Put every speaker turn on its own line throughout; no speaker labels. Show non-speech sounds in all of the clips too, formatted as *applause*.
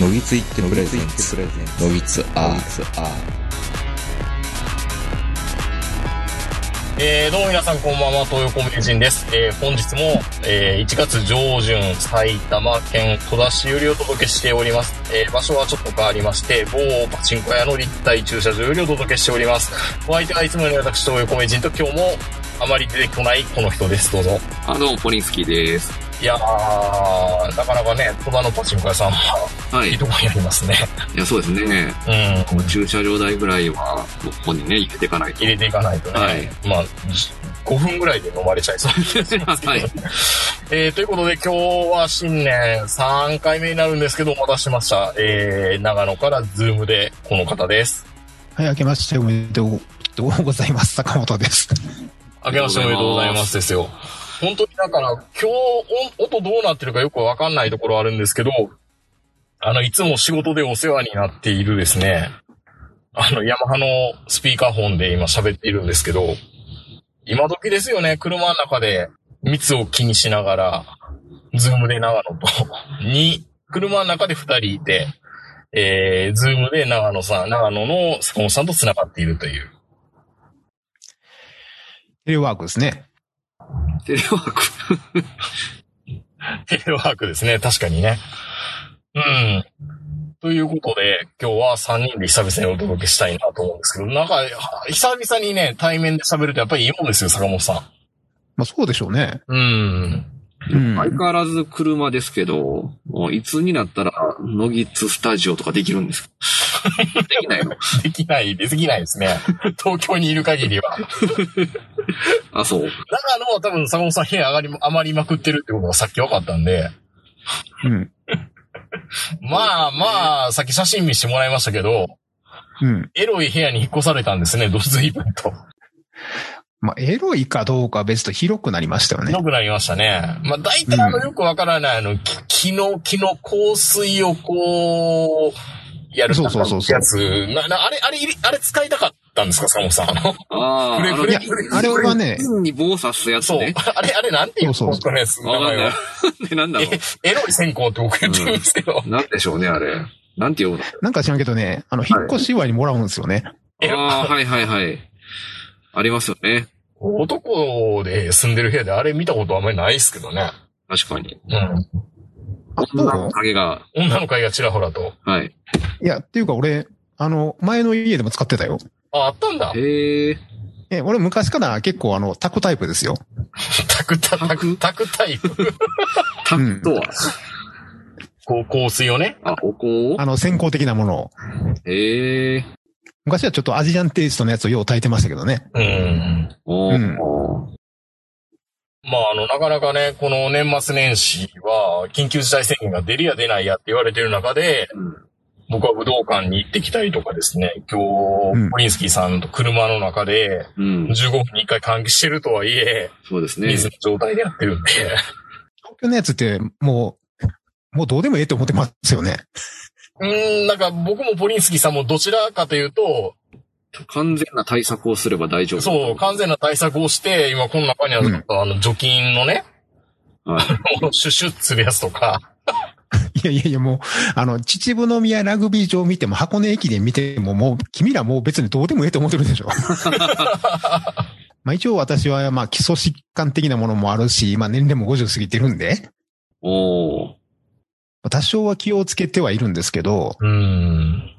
のぎついってプレゼンツ
プレゼン
のぎつアーツ
えー、どうも皆さんこんばんは、東横名人です。えー、本日も、えー、1月上旬、埼玉県戸田市よりお届けしております。えー、場所はちょっと変わりまして、某パチンコ屋の立体駐車場よりお届けしております。お相手はいつものように私、東横名人と今日も、あまり出てこないこの人です、どうぞ。
あ、どうも、ポリンスキーです。
いやー、なかなかね、戸田のパチンコ屋さんは、
はい。
いい
い
とこにありますね。
や、そうですね。
うん。
こう駐車場代ぐらいは、ここにね、入れていかない
*laughs*
と。
入れていかないとね。
はい
まあ、5分ぐらいで飲まれちゃいそう。
はい。
えー、ということで今日は新年3回目になるんですけど、お待たせしました。えー、長野からズームでこの方です。
はい、明けましておめでとうどうございます。坂本 *laughs* です。
明けましておめでとうございますですよ。本当にだから今日お音どうなってるかよくわかんないところあるんですけど、あの、いつも仕事でお世話になっているですね、あの、ヤマハのスピーカーフォンで今喋っているんですけど、今時ですよね、車の中で密を気にしながら、ズームで長野と、 *laughs* に、車の中で二人いて、えー、ズームで長野さん、長野の坂本さんと繋がっているという。
テレワークですね。
テレワーク。
テレワークですね、確かにね。うん。ということで、今日は3人で久々にお届けしたいなと思うんですけど、なんか、は久々にね、対面で喋るとやっぱりいいもんですよ、坂本さ
まあそうでしょうね。
ん。うん。
うん。
相変わらず車ですけど、もういつになったら、ノギッツスタジオとかできるんですか *laughs* できないの
できない、できないですね。 *laughs* 東京にいる限りは。
あ、そう。
長野は多分坂本さん部屋上がり、余りまくってるってことがさっき分かったんで、
うん。
まあまあ、さっき写真見してもらいましたけど、
うん。
エロい部屋に引っ越されたんですね、ドズイブンと。
まあエロいかどうかは別と広くなりましたよね。
良くなりましたね。まあ、大体あの、
うん
よくわからない、あの、き木の、木の香水をこう、やる
そうそうそうそう
やつ。な、な、あれ、あれ入れ、あれ使いたかったんですか、坂本さ
*laughs*
ん。あの、
ああ、あ
フレ
の
フ
い
レ
や、あれはね、
瓶に棒刺すやつ
そう。
ね。
あれ、あれなんていう
そうそうそ
のです
わかんない。でなんだろう。
エロい線香って僕言ってるんですけど、
なんでしょうね、あれ。なんて呼ぶの
なんか知らんけどね、あの、引っ越し祝いにもらうんですよね。
え
ああ、はいはいはい。ありますよね。
男で住んでる部屋であれ見たことあんまりないですけどね。
確かに。
うん。
女の影が、
女の会がちらほらと。
はい。
いや、っていうか俺、あの、前の家でも使ってたよ。
あ、あったんだ。
へえ。
え、俺昔から結構あの、タクタイプですよ。
タクタ、タク、タクタイプ。
タクとは、
こう、香水をね。
あ、お香
あの、先行的なものを。
へえ。
昔はちょっとアジアンテイストのやつをよう炊いてましたけどね。
うん。
おー
うん
お
まあ、あの、なかなかね、この年末年始は、緊急事態宣言が出るや出ないやって言われてる中で、
ーうん
僕は武道館に行ってきたりとかですね、今日、
うん
ポリンスキーさんと車の中で、
うん。
15分に1回換気してるとはいえ、
そうですね。
水の状態でやってるんで、 *laughs*
東京のやつって、もう、もうどうでもええと思ってますよね。
うーん、なんか僕もポリンスキーさんもどちらかというと、
完全な対策をすれば大丈夫。
そう、完全な対策をして、今この中にある、
うん
あの、除菌のね、 *laughs*
はい。
もうシュッシュッするやつとか、
いやいやいや、もう、あの、秩父宮ラグビー場見ても、箱根駅伝見ても、もう、君らもう別にどうでもええと思ってるでしょ。まあ一応私は、まあ基礎疾患的なものもあるし、まあ年齢も50過ぎてるんで、
おー
まあ多少は気をつけてはいるんですけど、
うーん、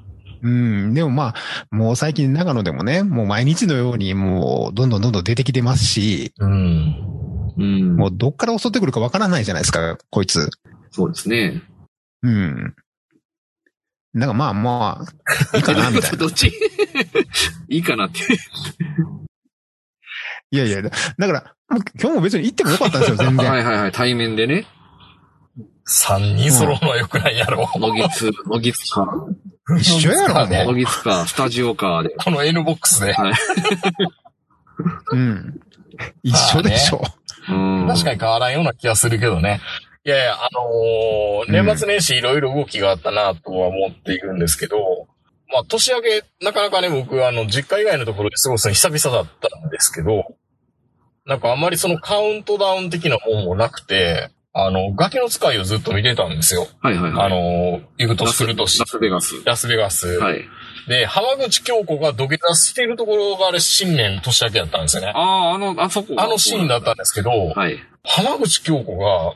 うん、でもまあ、もう最近長野でもね、もう毎日のようにもう、どんどんどんどん出てきてますし、
うん、
うん。
もうどっから襲ってくるかわからないじゃないですか、こいつ。
そうですね。。
うん。だからまあまあ、いいかな、みたいな
どっちいいかなって。
いやいや、だだから、もう今日も別に行ってもよかったんですよ、全然。
はいはいはい。対面でね。
3人揃うのは良くないやろ。
のぎつ、のぎつか。
一緒やろ、
ね
も
のぎつか、スタジオかで。
この N ボックスで。
う。うん。一緒でしょ。
うん。
確かに変わらんような気がするけどね。いやいや、あのー
うん
年末年始いろいろ動きがあったなとは思っているんですけど、まあ年明け、なかなかね、僕、あの、実家以外のところで過ごすの久々だったんですけど、なんかあんまりそのカウントダウン的なもんもなくて、あの、ガキの使いをずっと見てたんですよ。
はいはいはい。
あの、行くとするとし
ラ、スベガス。
ラスベガス。
はい。
で、浜口京子が土下座してるところがあれ新年年明けだったんですよね。
ああ、あの、あそこ。
あのシーンだったんですけど、
はい。
浜口京子が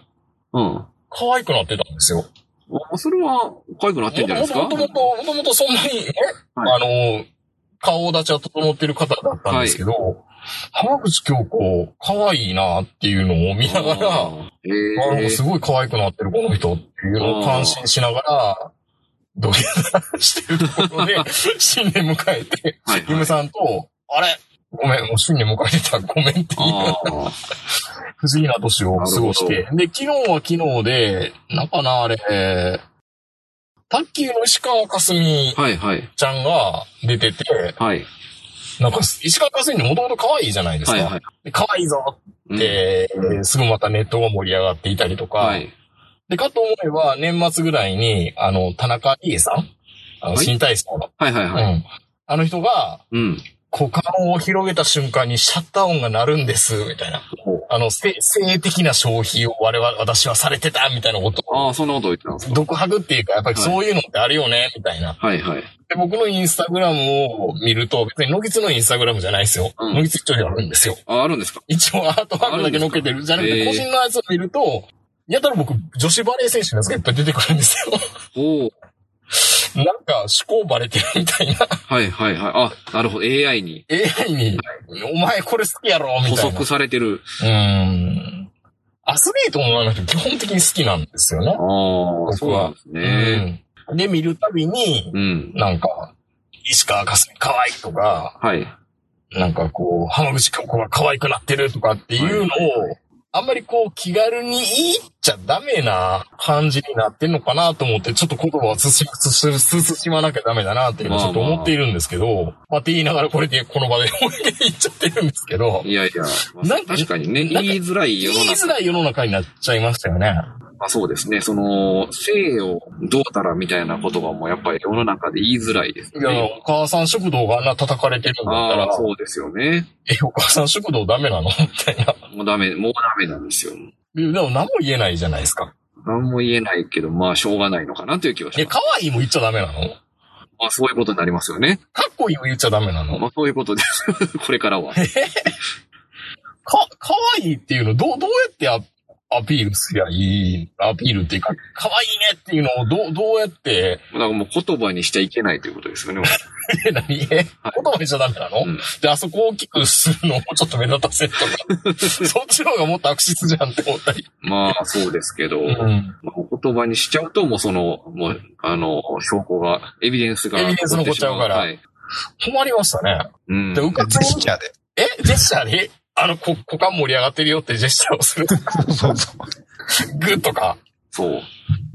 うん。
可愛くなってたんですよ。
あそれは、可愛くなってんじゃないですか
もともと、もともともともとそんなに、え、
は
あの、顔立ちは整ってる方だったんですけど、浜口京子、可愛いなっていうのを見ながら、
あ
あ
ー、え
の、
ー
すごい可愛くなってる、この人っていうのを感心しながら、土下座してるとこ
*laughs*
ろで、新年迎えて、
はい
ゆ
は
め
い。
さんと、あれごめん、もう新年迎えてた、ごめんっていう、
ああ、
不思議な年を過ごし
なる
て。で、昨日は昨日で、なんかな、あれ、えー卓球の石川かすみ
はいはい。
ちゃんが出てて、
はい。
なんか、石川かすみもともと可愛いじゃないですか。
は
で
い
可
はい
愛、いぞ
い。
って、すぐまたネットが盛り上がっていたりと
う
か、
ん、はい。
で、かと思えば、年末ぐらいに、あの、田中理恵さんあの、
はい
新体操の。
はいはいはい。
うん。あの人が、
うん。
股間を広げた瞬間にシャッター音が鳴るんです、みたいな
ほう。
あの、せ性的な消費を我々、私はされてた、みたいなことを。
ああ、そんなこと言ってたんですか。
独白っていうか、やっぱりそういうのってあるよね、みたいな。
はいはい。
で、僕のインスタグラムを見ると、別に野木のインスタグラムじゃないですよ。
うん
野木一丁ではあるんですよ。
あ、あるんですか
一応アートワークだけ載っけてる。じゃなく
へ
て、
え
個人のやつを見ると、やたら僕、女子バレー選手のやつがいっぱい出てくるんですよ。
おお
*laughs* なんか思考バレてるみたいな。
はいはいはい。あ、なるほど。AI に
AI に、お前これ好きやろみ
補
たいな。
足されてる。
うん。アスリートもあの人基本的に好きなんですよね。
ああ、
そ
そうう
な
なんんで
で
すね。
うん。で、見るたびに、
うん。
なんか、石川かすみ可愛いとか、
はい。
なんかこう、浜口京子が可愛くなってるとかっていうのを、あんまりこう気軽に言っちゃダメな感じになってんのかなと思って、ちょっと言葉をつし、つし、つしまなきゃダメだなっていうのをちょっと思っているんですけど、まあって言いながらこれでこの場で思い出言っちゃってるんですけど、
いやいや、まあ
なんか
確かにね、
なんか
言いづらい世
言い
の中。
づらい世の中になっちゃいましたよね。
まあそうですね。その、性をどうたらみたいなことがもうやっぱり世の中で言いづらいです
いや、
ね。
お母さん食堂があんな叩かれてるんだった
あ
ら
あ、、そうですよね。
え、お母さん食堂ダメなの *laughs* みたいな。
もうダメ、もうダメなんですよ。
でも何も言えないじゃないですか。
何も言えないけど、まあしょうがないのかなという気はし
え、
ます。
可愛いも言っちゃダメなの
まあそういうことになりますよね。
かっこいいも言っちゃダメなの
まあそういうことです。 *laughs* これからは。
か、可愛いっていうの、どう、どうやってアアピールすりゃいい、アピールっていうか、可愛いねっていうのをどう、どうやって、 *laughs*
だからもう言葉にしちゃいけないということですよね。
え、何え、言葉にしちゃダメなの、
うん
で、あそこを大きくするのをちょっと目立たせるとか、 *laughs* そっちの方がもっと悪質じゃんって思ったり。
まあそうですけど、
ん。
まあ言葉にしちゃうともうその、もう、あの、証拠が、エビデンスが。
エビデンス残っちゃうから
はい。
困りましたね。
うん
で、。うかつ
ジェ
に
スチャーで。
えジェスチャーであの、こ、股間盛り上がってるよってジェスチャーをする。 *laughs*
そうそう。
グーとか。
そう。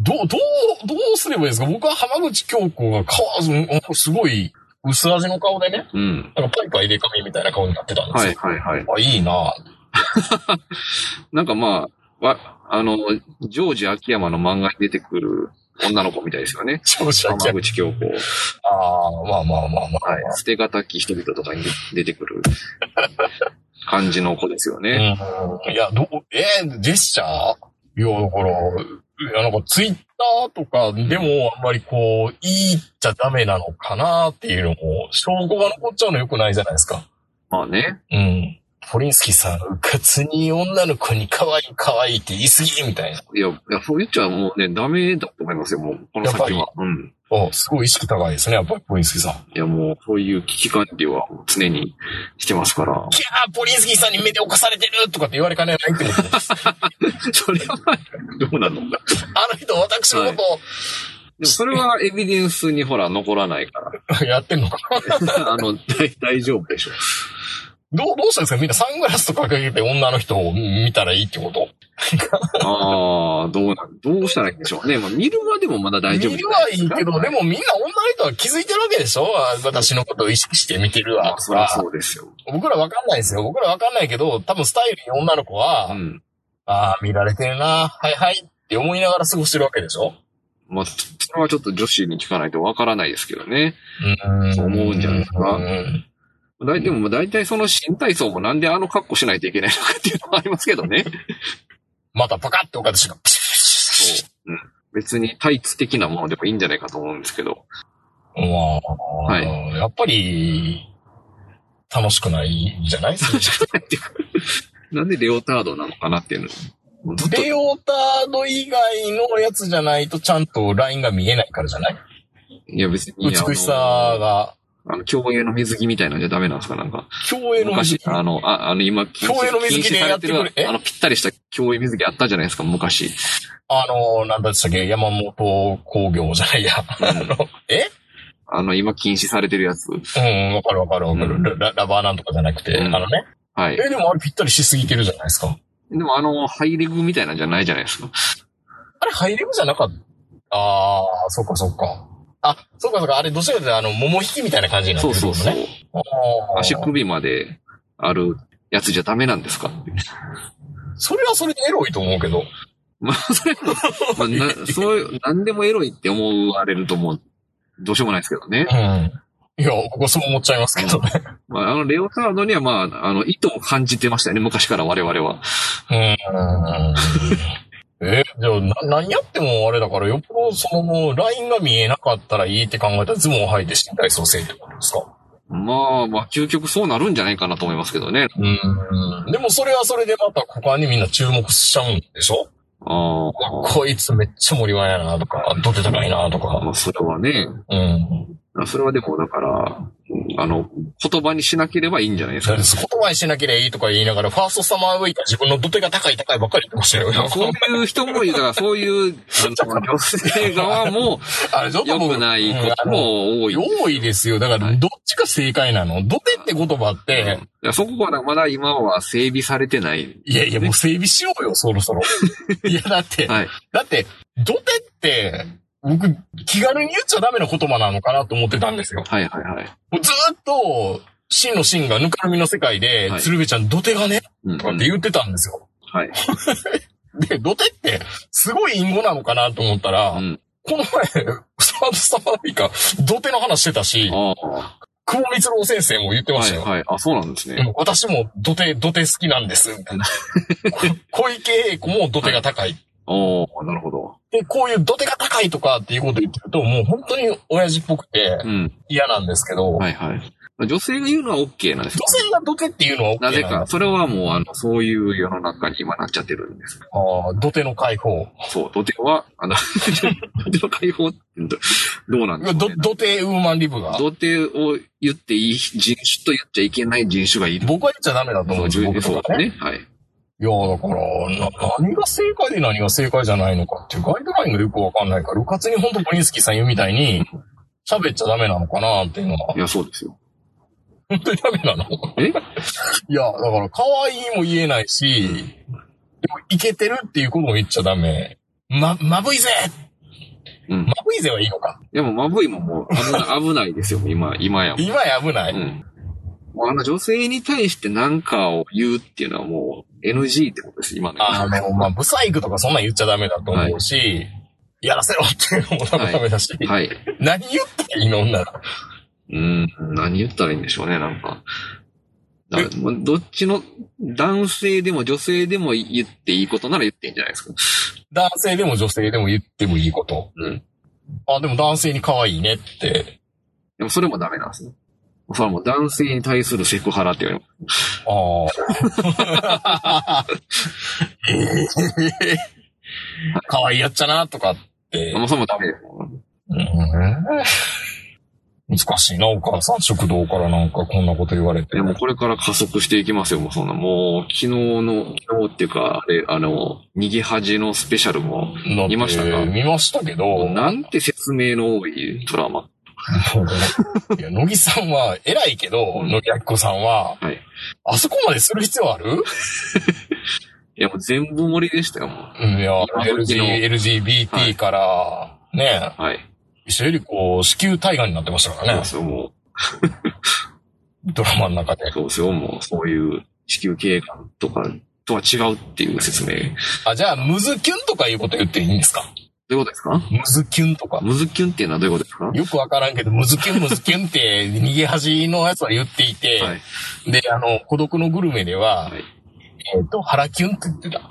どう、どう、どうすればいいですか僕は浜口京子が顔、うんすごい薄味の顔でね、
うん。
なんかパイパイでかみみたいな顔になってたんで
は
すよ
い、。はい、はい。
あ、いいな
なんかまあ、わ、あの、ジョージ秋山の漫画に出てくる女の子みたいですよね。
少子
浜
明
口京子。
ああ、まあまあまあまあ。
はい。捨てがたき人々とかに出てく *laughs* る感じの子ですよね。
うん。いや、どう、えージェスチャーいや、だから、いや、なんかツイッターとかでもあんまりこう、いいっちゃダメなのかなっていうのも、証拠が残っちゃうの良くないじゃないですか。
まあね。
うん。ポリンスキーさん、うかつに女の子に可愛い可愛いって言い過ぎみたいな。
いや、いやそう言っちゃもうね、ダメだと思いますよ、もう。この先は。うん。
おすごい意識高いですね、やっぱりポリンスキーさん。
いや、もう、そういう危機管理は常にしてますから。
キャーポリンスキーさんに目で犯されてるとかって言われかねないってことです。
*laughs* それは、どうなのか。
あの人、私のこ
でも、それはエビデンスにほら、残らないか
と、やってんのか
*laughs*
な
ら。あの、大大丈夫でしょう。
どう、どうしたんですかみんなサングラスとかかけて女の人を見たらいいってこと
ああ、どうな、どうしたらいいんでしょうね。まあ、見るまでもまだ大丈夫
見
じ
る
ゃな
はいいけど、でもみんな女の人は気づいてるわけでしょあ私のことを意識して見てる
ま
わ
あ、
と
そりゃ
か。
そうですよ。
僕らわかんないですよ。僕らわかんないけど、多分スタイルに女の子は、
うん。
ああ、見られてるな。はいはい。って思いながら過ごしてるわけでしょ
まあ、そそれはちょっと女子に聞かないとわからないですけどね。
うん
そう思うんじゃないですか
うん
大
*laughs*
でも、大体その新体操もなんであの格好しないといけないのかっていうのはありますけどね。
またパカッて岡田氏が、ピシッシュッシュッシュッシュッ
そう。うん。別にタイツ的なものでもいいんじゃないかと思うんですけど。
まあ、
は
やっぱり、楽しくないじゃないですか。
*laughs* なんでレオタードなのかなっていうの。ずっと
レオタード以外のやつじゃないとちゃんとラインが見えないからじゃない
いや別に。
美しさが、
あの。あの、競泳の水着みたいなんじゃダメなんですかなんか。
競泳の
昔
水、
あの、ああの、今、禁止
競泳の水着でやってくれ
禁止され
え
あの、ぴったりした競泳水着あったじゃないですか、昔。
あの、なんだっけ、山本工業じゃないや。あの、え
あの、今禁止されてるやつ。
うん、わかるわかるわかる、
うん
ラ。ラバーなんとかじゃなくて、
うん
あのね。
はい。
え、でもあれぴったりしすぎてるじゃないですか。
でもあの、ハイレグみたいなんじゃないじゃないですか。
あれハイレグじゃなかった。ああ、そっかそっか。あ、そっかそっか。あれどちらかというと、あの、桃引きみたいな感じになっ
そ
て
う
る
そ
もん
う
ね。
そう。
あー
足首まであるやつじゃダメなんですかって
それはそれでエロいと思うけど。
まあ、それも、まあ、な、そういう、 *laughs* なんでもエロいって思われるともう、どうしようもないですけどね
う。ん。いや、ここそう思っちゃいますけどね。
まあ、あの、レオタードには、まあ、あの、意図を感じてましたよね、昔から我々は。
うん。え、じゃあ、な、何やってもあれだから、よっぽどその、ラインが見えなかったらいいって考えたらズボンを履いて身体操成ってことですか
まあ、まあ、究極そうなるんじゃないかなと思いますけどね。
うん。でもそれはそれでまた股間にみんな注目しちゃうんでしょ
あ
うわこいつめっちゃ盛り上やなとか、どて高いなと
あ、ま
か。
あ、それはね、
うん。
それはでも、だから、あの、言葉にしなければいいんじゃないです
そ
か
*laughs* れ。です言葉にしなければいいとか言いながら、ファーストサマーウェイから自分の土手が高い高いばっかり言ってましたよ。
そういう人もいるだから、そういう、あの、女性側も
あれちょっと
良
僕
くないことも多い。
多いですよ。だから、どっちが正解なの土手って言葉
う
っ
ん
て、
いやそこはまだ今は整備されてない。
いやいや、もう整備しようよ、そ
*laughs*
ろそろ。いや、だって、
はい。
だって、土手って、僕、気軽に言っちゃダメな言葉なのかなと思ってたんですよ。
はいはいはい。
もうずーっと、真の真がぬかるみの世界で、
はい
鶴瓶ちゃん土手がね、
うん
とかって言ってたんですよ。
はい。
で、土手って、すごい隠語なのかなと思ったら、
うん
この前、サードサマーウイカ、土手の話してたし、
ああ。
久保光郎先生も言ってま
は
した
い
よ。
はい。あ、そうなんです
う
ね。
ん私も土手、土手好きなんです、みたいな。こ小池栄子も土手が高い。
おおなるほど。
で、こういう土手が高いとかっていうこと言ってると、もう本当に親父っぽくて
うん。
嫌なんですけど、
はいはい。女性が言うのは OK なんです
女性が土手っていうのは OK
なぜ
ん
か、
です
それはもう、あの、そういう世の中に今なっちゃってるんです。
あー土手の解放。
そう、土手は、あの、 *laughs* 土手の解放ってどどうなんですか、
ど
ね、
土手ウーマンリブが。
土手を言っていい人種と言っちゃいけない人種がいる。
僕は言っちゃダメだと思
そうう、
んです
そうです
僕とかね。
ね。はい。
いや、だから、な、何が正解で何が正解じゃないのかっていうガイドラインがよくわかんないから、うかつに本当プリンスキーさん言うみたいに、喋っちゃダメなのかなっていうのは。 *laughs*
いや、そうですよ。
本当にダメなの
え
いや、だから、可愛いも言えないし、でも、いけてるっていうことも言っちゃダメ。ま、まぶいぜ
うん
ま。ぶいぜはいいのか。
でも、まぶいももう危ない、 *laughs* 危ないですよ、今、今やも。
今や危ない。
うん。もうあの女性に対して何かを言うっていうのはもう NG ってことです、今の。
あの、まあ、ブサイクとかそんなん言っちゃダメだと思うし、やらせろっていうのも多分ダメだし、
はい。
何言ったらいいのなら。
うん、何言ったらいいんでしょうね、なんか。だまあどっちの、男性でも女性でも言っていいことなら言っていいんじゃないですか。
男性でも女性でも言ってもいいこと。
うん。
あ、でも男性に可愛いねって。
でもそれもダメなんですね。それはもう男性に対するセクハラっていうよりも *laughs*
ああ。可愛いやっちゃなとかって。
もうそれもダメですもん。
うん難しいな、お母さん。食堂からなんかこんなこと言われて。
でもうこれから加速していきますよ、もうそんな。もう、昨日の、昨日っていうか、あれ、あの、逃げ恥のスペシャルも、
だって
見ましたか
見ましたけど、
なんて説明の多いドラマ。
いや、野木さんは偉いけど、野木明子さんは、
はい
あそこまでする必要ある
いや、もう全部盛りでしたよ、もう。
うん、いや、
今時の
LG LGBT から、ね、
はい。
一緒よりこう、子宮体がんになってましたか
そう
ら
で
ね、
すよ、も
ドラマの中
う。
で。
そうですよ、もう。そういう、子宮経過とか、とは違うっていう説明。
あ、じゃあ、ムズキュンとかいうこと言っていいんですか
どういうことですか
ムズキュンとか。
ムズキュンっていうのはどういうことですか
よくわからんけど、ムズキュンムズキュンって逃げ恥のやつは言っていて、
はい。
で、あの、孤独のグルメで
は
は、
い
えっ、と、腹キュンって言っ
*laughs*
てた。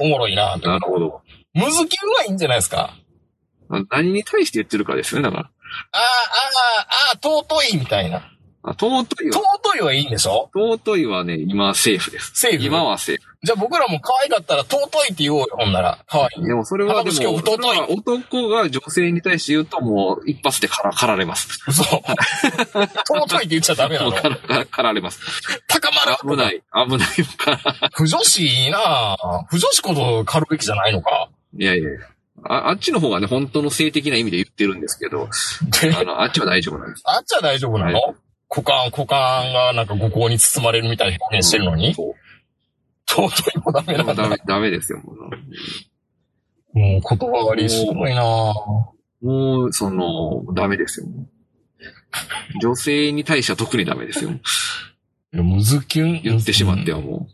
おもろいなと
なるほど。
ムズキュンはいいんじゃないですか
何に対して言ってるかですよね、だから。
ああ、ああ、ああ、尊いみたいな。
あ尊いは、
尊いはいいんでしょ
尊いはね、今セーフです。
セーフ
今はセーフ。
じゃあ僕らも可愛かったら尊いって言おうよ、ほんなら。可愛い。
でもそれはでも、
花口
そ
君尊い
れは男が女性に対して言うともう一発でから、かられます。
嘘。尊いって言っちゃダメな
もう
の。
から、からかられます。
高まる
危ない、危ない。から
不女子いいなぁ不女子こそ狩るべきじゃないのか。
いやいやいやあ、あっちの方がね、本当の性的な意味で言ってるんですけど、
で
あの、あっちは大丈夫なんです。
あっちゃ大丈夫なの、
は
股間、股間がなんか五行に包まれるみたいな表現してるのに、
そう
尊いもダメなん
ダ
だ。
メ、 *laughs* ダメですよ、もう。
もう言葉割りすごいなぁ
もう、その、ダメですよ。女性に対しては特にダメですよ。
いやムズキュン。
言ってしまってはも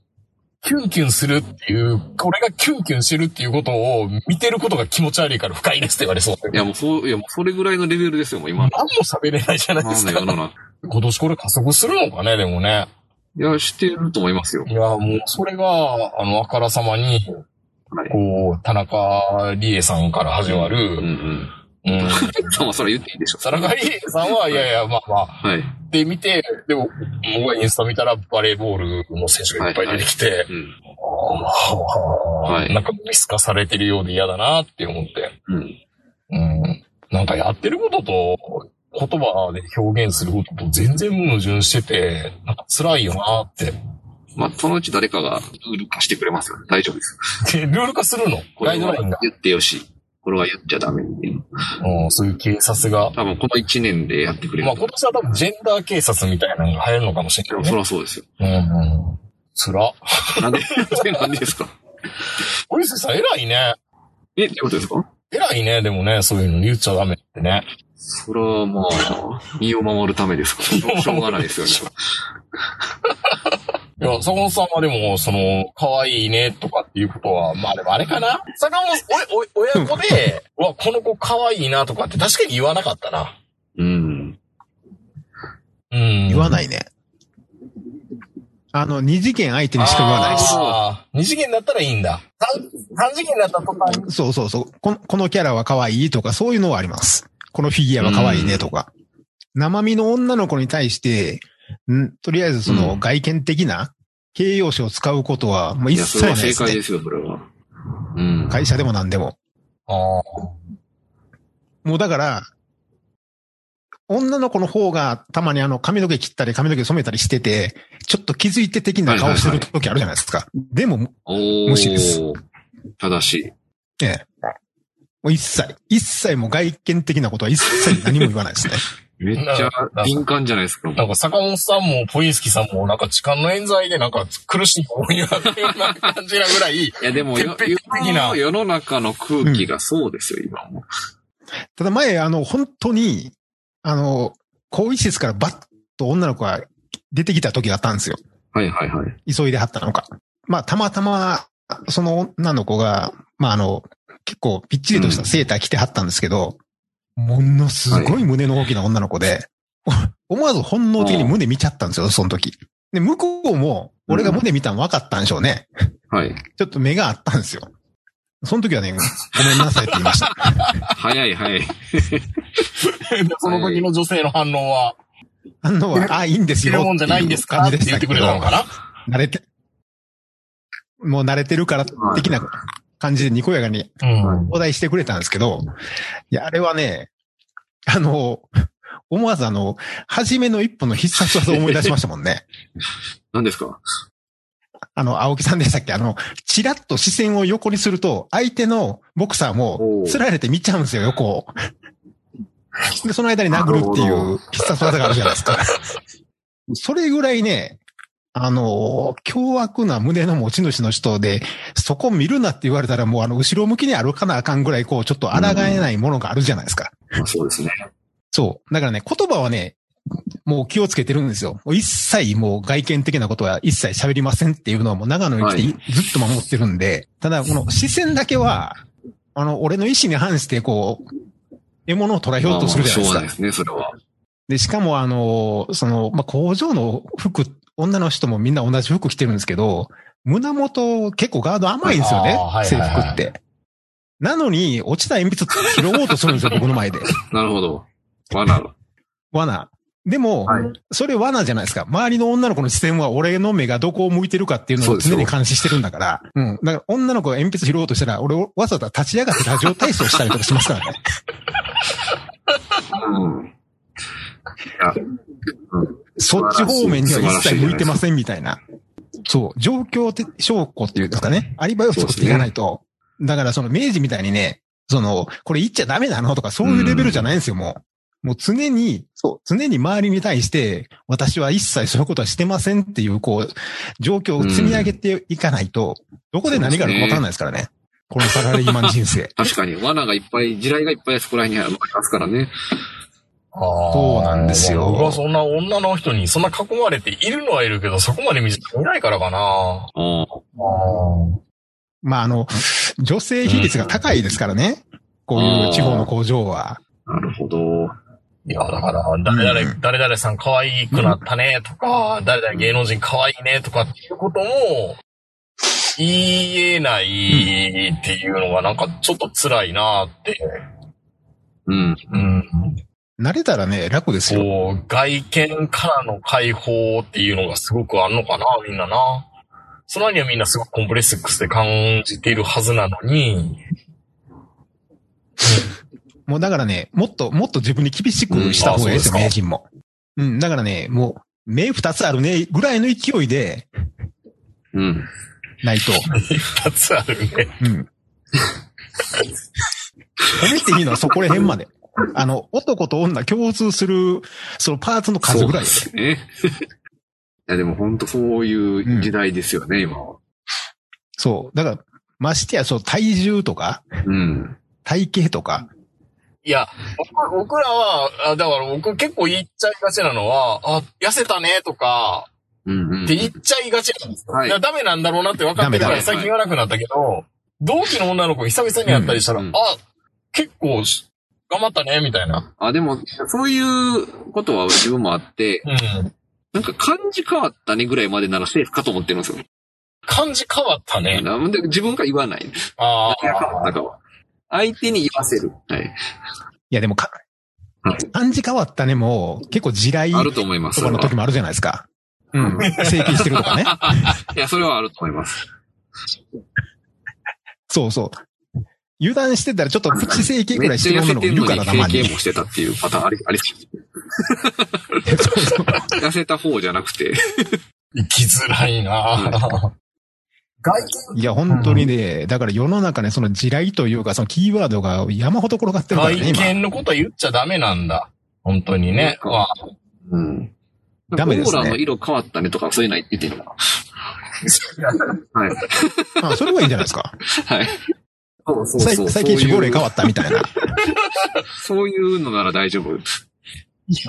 キュンキュンするっていう、俺がキュンキュンしてるっていうことを見てることが気持ち悪いから不快ですって言われそう。
う。いや、もうそう、いや、もうそれぐらいのレベルですよ、もう今の。
何も喋れないじゃないで
今
す
の
か
世。の中。
今年これ加速するのかね、でもね。
いや、してると思いますよ。
いや、もう、それが、あの、あからさまに、
はい。
こう、田中理恵さんから始ま
うんう
る、
ん。
うん。
*laughs* まあ、それは言っていいでしょう。
田中理恵さんは、いやいや、まあまあ、
はい。
で見て、でも、僕がインスタ見たらバレーボールの選手がいっぱい出てきて、
うん。
あー
はい
なんか見透かされてるようで嫌だなって思って。
うん。
うん。なんかやってることと、言葉で表現することと全然矛盾してて、なんか辛いよなって。 *laughs*
まあ、そのうち誰かがルール化してくれますよ。大丈夫です。
で、ルール化するの
こ
ガイ
れ
ド
は
ラインが。
言ってよし。これは言っちゃダメっていう。
うん、そういう警察が。
多分この1年でやってくれる。
まあ今年は多分ジェンダー警察みたいなのが流行るのかもしれ
で
な
も
い
そ
ね。
りゃそうですよ。
うん、うん。辛。
なんで、 *laughs* なんでですか
小泉さん偉いね。
え、ってことですか
偉いね、でもね、そういうの言っちゃダメってね。
それはまあ、身を守るためですから。しょうがないですよね。
いや、坂本さんはでも、その、可愛いねとかっていうことは、まあでもあれかな坂本、おい、おい、親子
*laughs*
で、うわ、この子可愛いなとかって確かに言わなかったな。
うん。
うん。
言わ
い。
ないね。あの、二次元相手にしか言わないです。
あー二次元だったらいいんだ。三三次元だったら途端に
そうそうそう。この、このキャラは可愛いとか、そういうのはあります。このフィギュアは可愛いねとか。生身の女の子に対して、んとりあえずそうの
ん
外見的な形容詞を使うことは、もう
い
一
や、そ
切
れ
ない
は
で
正
す、
解
ね
で。すよ、それは。うん。
会社でも何でも。
ああ。
もうだから、女の子の方がたまにあの髪の毛切ったり髪の毛染めたりしてて、ちょっと気づいて的な顔してる時あるじゃないですか。でも、も
おー
無視です
正しい。
ええもう一切、一切もう外見的なことは一切何も言わないですね。 *laughs*
めっちゃ敏感じゃないですか。
なんか坂本さんもポインスキーさんもなんか痴漢の冤罪でなんか苦しい思いをあるような感じなぐら
*laughs*
い、
いや、でも、よ
鉄壁的な
世の中の空気がそうですよ、今も。
ただ前、あの、本当に、あの、更衣室からバッと女の子が出てきた時があったんですよ。
はいはいはい。
急いではったのか。まあ、たまたま、その女の子が、まあ、あの、結構ぴっちりとしたセーター着てはったんですけど、ものすごい胸の大きな女の子で、思わず本能的に胸見ちゃったんですよ、その時。で、向こうも、俺が胸見たの分かったんでしょうね。
はい。
ちょっと目があったんですよ。その時はね、ごめんなさいって言いま
*laughs*
した。
早い早い。
その時の女性の反応は、
あのは、あ、いいんです
着
よ。
るもんじゃないんですかって言ってくれたのかな
慣れて、もう慣れてるから、的な感じでにこやかに
うん。
お題してくれたんですけど、いや、あれはね、あの、思わずあの、初めの一歩の必殺技を思い出しましたも
*laughs*
んね。
何ですか
あの、青木さんでしたっけあの、チラッと視線を横にすると、相手のボクサーも
お、う
釣られて見ちゃうんですよ、横を。で、その間に殴るってい
なるほ
う必殺技があるじゃないですか。それぐらいね、あの、凶悪な胸の持ち主の人で、そこ見るなって言われたらもうあの、後ろ向きに歩かなあかんぐらい、こう、ちょっと抗えないものがあるじゃないですか。
まあ、そうですね。
そう。だからね、言葉はね、もう気をつけてるんですよ。もう一切もう外見的なことは一切喋りませんっていうのはもう長野に来てい、ずっと守ってるんで、ただこの視線だけは、あの、俺の意思に反してこう、獲物を捉えようとするじゃない
まあまあしょうがないで
で
す
か。
すね、それは。
で、しかもあの、その、まあ、工場の服、女の人もみんな同じ服着てるんですけど、胸元結構ガード甘いんですよね
あーはい、
制
はいはい
服って。なのに、落ちた鉛筆拾おうとするんですよ、僕の前で。
なるほど。罠が。
罠。でも、
はい
それ罠じゃないですか。周りの女の子の視線は俺の目がどこを向いてるかっていうの
そう
を
です
常
よ
に監視してるんだから。うん。だから女の子が鉛筆拾おうとしたら、俺をわざわざ立ち上がってラジオ体操したりとかしますからね。
うん。いやうん。
そっち方面には一切向いてませんみたいな。そう。状況て証拠っていうんですかね。アリバイを作っていかないと。だからその明治みたいにね、その、これ言っちゃダメなのとかそういうレベルじゃないんですよ、もう。もう常に、そう、常に周りに対して、私は一切そういうことはしてませんっていう、こう、状況を積み上げていかないと、どこで何があるかわからないですからね。このサラリーマン人生
確かに、罠がいっぱい、地雷がいっぱいそこら辺にありますからね。
あー
そうなんですよ
僕はそんな女の人にそんな囲まれているのはいるけど、そこまで見いないからかな。
あ
まあ、あの、女性比率が高いですからね。こういう地方の工場は。
あ、なるほど。
いや、だから、誰々、
う
誰々さん可愛くなったねとか、誰々芸能人可愛いねとかっていうことも、言えないっていうのがなんかちょっと辛いなって。
うん。
うん。
慣れたらね、楽ですよ。
こう、外見からの解放っていうのがすごくあんのかな、みんなな。そのにはみんなすごくコンプレックスで感じているはずなのに、
もうだからね、もっと、もっと自分に厳しくした方がいいですよ、
うんあそう
名
です
人も。うん、だからね、もう、目二つあるね、ぐらいの勢いで、
うん。
ないと。
二つあるね。
うん。褒めていいのはそこら辺まで。あの、男と女共通する、そのパーツの数ぐらい。
そうですね。 *laughs* いや、でも本当そういう時代ですよね、今は。
そう。だから、ましてや、そう、体重とか、
うん。
体型とか、
いや、僕僕らは、あだから僕結構言っちゃいがちなのは、あ、痩せたねとか、
うん、うん。
って言っちゃいがちなんですよ。
はい
いやダメなんだろうなって分かってるか
ダメダ
ら
メ
最近言わなくなったけど、同期の女の子久々に会ったりしたら、
うん
あ、結構し頑張ったね、みたいな。
あ、でも、そういうことは自分もあって、
うん。
なんか感じ変わったねぐらいまでならセーフかと思ってるんですよ。
感じ変わったね。
なんで自分から言わない。
あ
何が変わっ
あ
た。かは。相手に言わせる。はい。
いやでもか
はい、
感じ変わったね、もう、結構地雷
あると思います。
と
それ
かの時
は
もあるじゃないですか。
う
うんん。整形してるとかね。
いや、それはあると思います。
そうそう。油断してたらちょっとプチ整形ぐ
め
ら
っ
いし
ち
て
ゃ
る
痩せ
女の子
て
い
る
る
の
か
に
らたま
整
に
形。もしてたっていうパターンあり、 *laughs* ありそう。
そうそう
痩せた方じゃなくて。
生きづらいなぁ。外
いや、本当にね、だから世の中ね、その地雷というか、そのキーワードが山ほど転がって
見、
るからね、
外
今。
見のことは言っちゃダメなんだ。本当にね。
うん
まあ
うん。
ダメですね
オーラの色変わったねとか、そういうの言っていいのかな。はい。
あそれはいいんじゃないですか。
はい。そう *laughs* そう
さい
そう。
最近死亡例変わったみたいな。
そういうのなら大丈夫。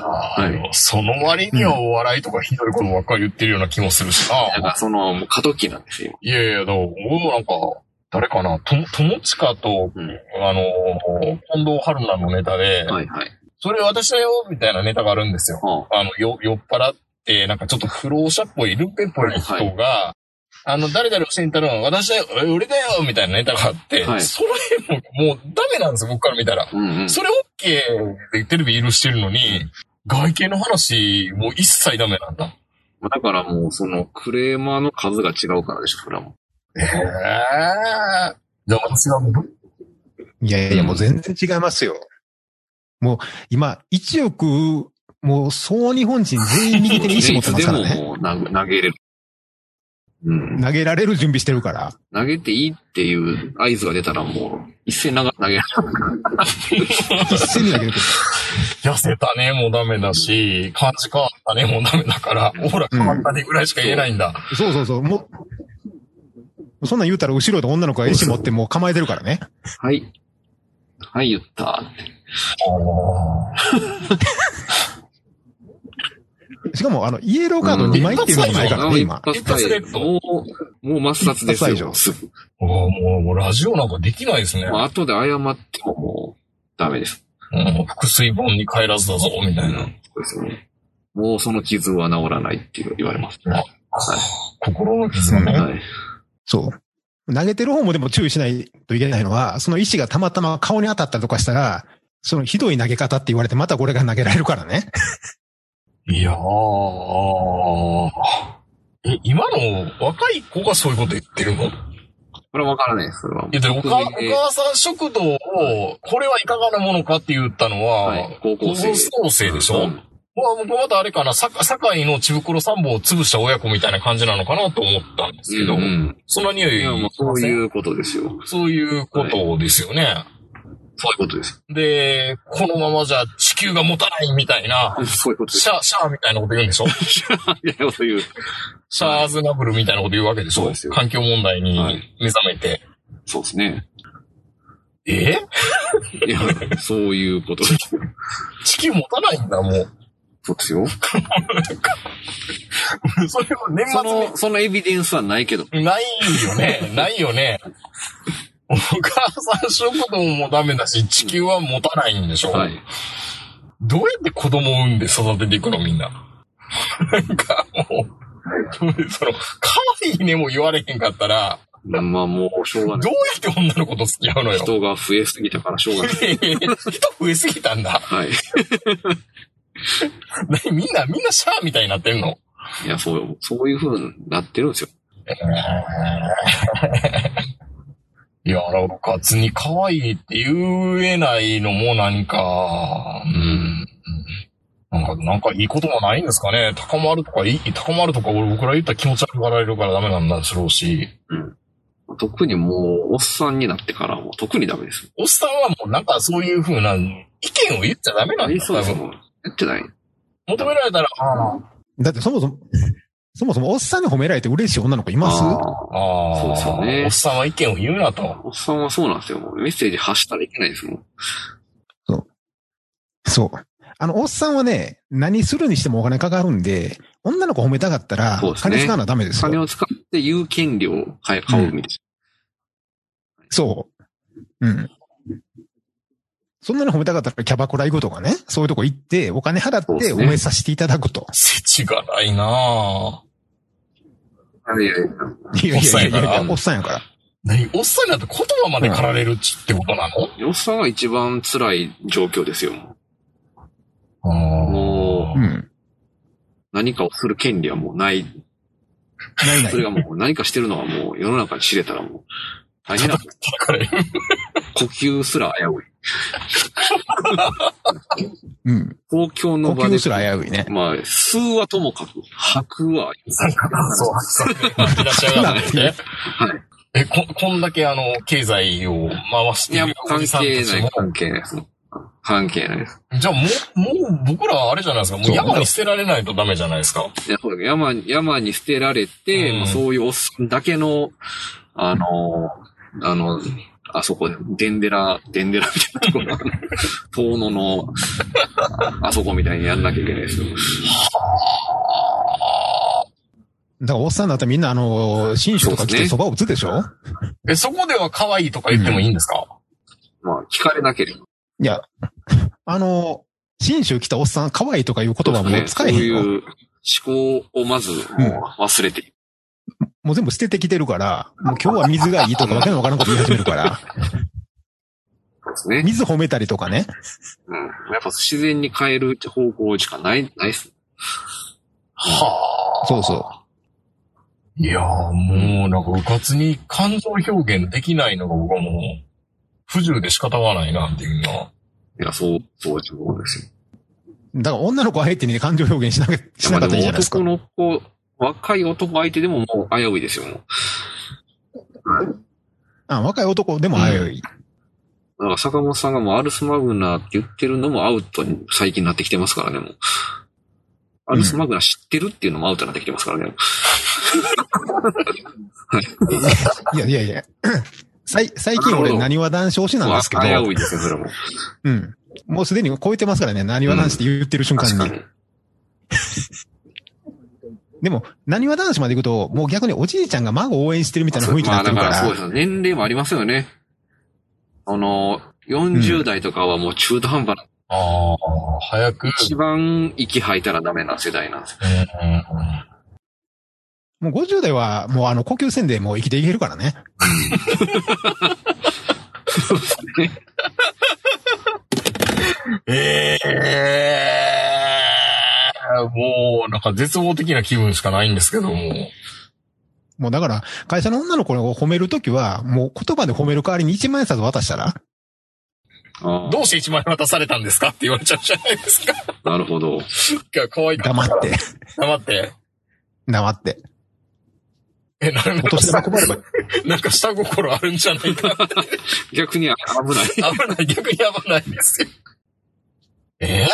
はい
その割にはお笑いとかひどいことばっかり言ってるような気もするしな。
だから、その、もう過渡期なんですよ。
いやいや、だから僕もなんか、誰かな、とも、ともちかと、
うん
あのー、近藤春菜のネタで、
はいはい。
それ私だよ、みたいなネタがあるんですよ。
は
あの、よ、酔っ払って、なんかちょっと不老者っぽい、ルンペっぽい人が、あの、誰々を教えたのは私だよ、え俺だよ、みたいなネタがあって、
はい
それも、もうダメなんですよ、僕から見たら。
あうんうん。
それ OK ってテレビ許してるのに、外見の話、もう一切ダメなんだ。
だからもう、その、クレーマーの数が違うからでしょ、それはも
へえ。じゃあ私がぶ
いやいや、もう全然違いますよ。もう、今、1億、もう、総日本人全員
う。
右手に石持ってますから
いつで
ね。
ももう投げ投げれる。うん。
投げられる準備してるから。
投げていいっていう合図が出たらもう、一斉に投げ投げられる。
一斉に投げるけど。
痩せたねもダメだし、感じ変わったねもダメだから、オーラ変わったねぐらいしか言えないんだ。
そうそうそう。もう、そんなん言うたら後ろで女の子が石持ってもう構えてるからね。
はい。はい、言ったって。
しかも、あの、イエローカード2枚っていうのもないから
もう
ね、
一
今。
発退場もう、もう抹殺です
一
よ。
発
すぐ
ああもう、もうラジオなんかできないですね。
もう後で謝ってももう、ダメです。
うん、腹水盆に帰らずだぞ、みたいな。
そうですね。もうその傷は治らないって言われますね。
あ
は
心の傷が
い。
ね。
はい。
そう。投げてる方もでも注意しないといけないのは、その石がたまたま顔に当たったりとかしたら、そのひどい投げ方って言われて、またこれが投げられるからね。
いやー。え、今の若い子がそういうこと言ってるの
これはわからないです。それは。
いや、でおかお
国民で
母さん食堂を、これはいかがなものかって言ったのは、
はい高校生
高校生でしょ、う
うん
わ僕またあれかな、さ堺の血袋三本を潰した親子みたいな感じなのかなと思ったんですけど、
うんうん
そんな匂
い
い
や、もうそう
う、
いうことですよ。そういう
そういうことですよね。
ことです。
で、このままじゃ地球が持たないみたいな、
そういうことです。
シャー、シャーみたいなこと言うんでしょ
いや、 *laughs* そういう。
シャーズナブルみたいなこと言うわけでし
そ
ょ
うですよ
環境問題に
はい
目覚めて。
そうですね。
え
いや、そういうことです。
地球持たないんだ、もう。
そうですよ。
それは
*laughs*
年
そ
末に
の、そのエビデンスはないけど。
ないよね。ない
*laughs*
よね。お母さん食堂もダメだし、地球は持たないんでしょ、
はい。
どうやって子供を産んで育てていくのみんな。なんかもう、その、可愛いねも言われへんかったら、
まあもう、しょう
ど
が
う
な
や
い。
って女の子と付き合うのよ。
人が増えすぎたからしょうがない。
*laughs* 人増えすぎたんだ。
はい。
何みんな、みんなシャーみたいになってんの
いや、そう、そういう風になってるんですよ。
いや、なんか、別に可愛いって言えないのもなんか、うん。なんか、なんかいいこともないんですかね。高まるとか、いい、高まるとか、俺、僕ら言ったら気持ち悪がられるからダメなんだろうし。
特にもう、おっさんになってからはもう特にダメです。
おっさんはもうなんかそういう風な意見を言っちゃダメ
あ
なん
り
だ、
そう
多
です
分。
もん。やってない。
求められたら、あー
だってそもそも、そもそもおっさんに褒められて嬉しい女の子います
あ
あー、
そうですよね
おっさんは意見を言うなと。
ーおっさんはそうなんですよ。もうメッセージ発したらいけないですもん。
そう。あの、おっさんはね、何するにしてもお金かかるんで、女の子褒めたかったら
そうで、すね
金使うのはダメですよ。
金を使って有権料を買え買うみたいな。
そう。うん。そんなに褒めたかったらキャバクラ行くとかね、そういうとこ行って、お金払っ
そうで
て
す
褒
ね
めさせていただくと。
世知がないなぁ。
いやいやいや
いやいやいやいや
おっさんやか
い
ら
や、
何お
おっさんやから。
っさんになって言葉まで駆られるっちってことなの、
おっさんは一番辛い状況ですよ。もうも
う。
うん何かをする権利はもうない。
ないな
それ
い。
がもう何かしてるのはもう世の中に知れたらもう大変な
叩かれる。
呼吸すら危うい。
うん。
公共
呼
の場で
吸。すら危ういね。
まあ、吸うはともかく、吐くは、
そう、吐き出しやがってですね。
はい。
*laughs* え、こ、こんだけあの、経済を回し
い
て
や、
る
もう
お
関
じさん
係な
たち
い
も、、
関係ないです。関係ないです。
じゃあもう、もう僕らあれじゃないですか。もう
そう
山に捨てられないとダメじゃないですか。
いやそうだ山に、山に捨てられて、
うん
もうそういうおっさんだけの、あの、あの、あそこ、デンデラ、デンデラみたいなところが、 *laughs* 遠野の、あそこみたいにやんなきゃいけないですよ。
だからおっさんだったらみんなあの、新酒とか来
そうです
て
ね
そばを打つでしょ
え、そこでは可愛いとか言ってもいいんですか、
まあ、聞かれなければ。
いや、あの、新州来たおっさん、可愛いとかいう言葉も使えへ
そうん
よ。
いう思考をまず、もう忘れて、
もう全部捨ててきてるから、もう今日は水がいいとかわけのわからんこと言い始め
*laughs*
るから、
ですね。
水褒めたりとかね。
うん。やっぱ自然に変える方向しかない、ないっす。
はあ。
そうそ
いやーもう、なんか、うかつに感情表現できないのが僕はもう、不自由で仕方がないなっていうのは。
いや、そう、そういうことですよ。
う。だから女の子相手に感情表現しなかしなかったらいいじゃないですか。
まあでも男の子、若い男相手でももう危ういですよ、もう。
あ若い男でもああいう。
だから坂本さんがもうアルスマグナーって言ってるのもアウトに最近なってきてますからね、もう。アルスマグナー知ってるっていうのもアウトになってきてますからね。
いやいやい *clears throat* や。最最近俺、何は男子推しなん
もう
ですけど、
危ういですよ、それも。
うん。もうすでに超えてますからね、何は男子って言ってる *laughs* 瞬間
確か
に。
に。
でも、何は男子まで行くと、もう逆におじいちゃんが孫を応援してるみたいな雰囲気に
ま
な
あ
って
だか
るから
そう
ら
ですよ。年齢もありますよね。あの、 40代とかはもう中途半端な、
ああ、早く。
一番息吐いたらダメな世代なんですよ。
うんうん
もう50代はもうあの呼吸せんでもう生きていけるからね。
ええもう、なんか絶望的な気分しかないんですけども。
もうだから、会社の女の子を褒めるときは、もう言葉で褒める代わりに1万円札渡したら、
あ
どうして1万円渡されたんですかって言われちゃうじゃないですか。
あ、なるほど。
いや可愛いから
黙って、 *laughs*
黙って。
黙って。
え、なん
お
か
年玉配ればいい。
なんか下心あるんじゃないか。
逆に危ない。
危な
*laughs*
い、逆に危ないですよ。え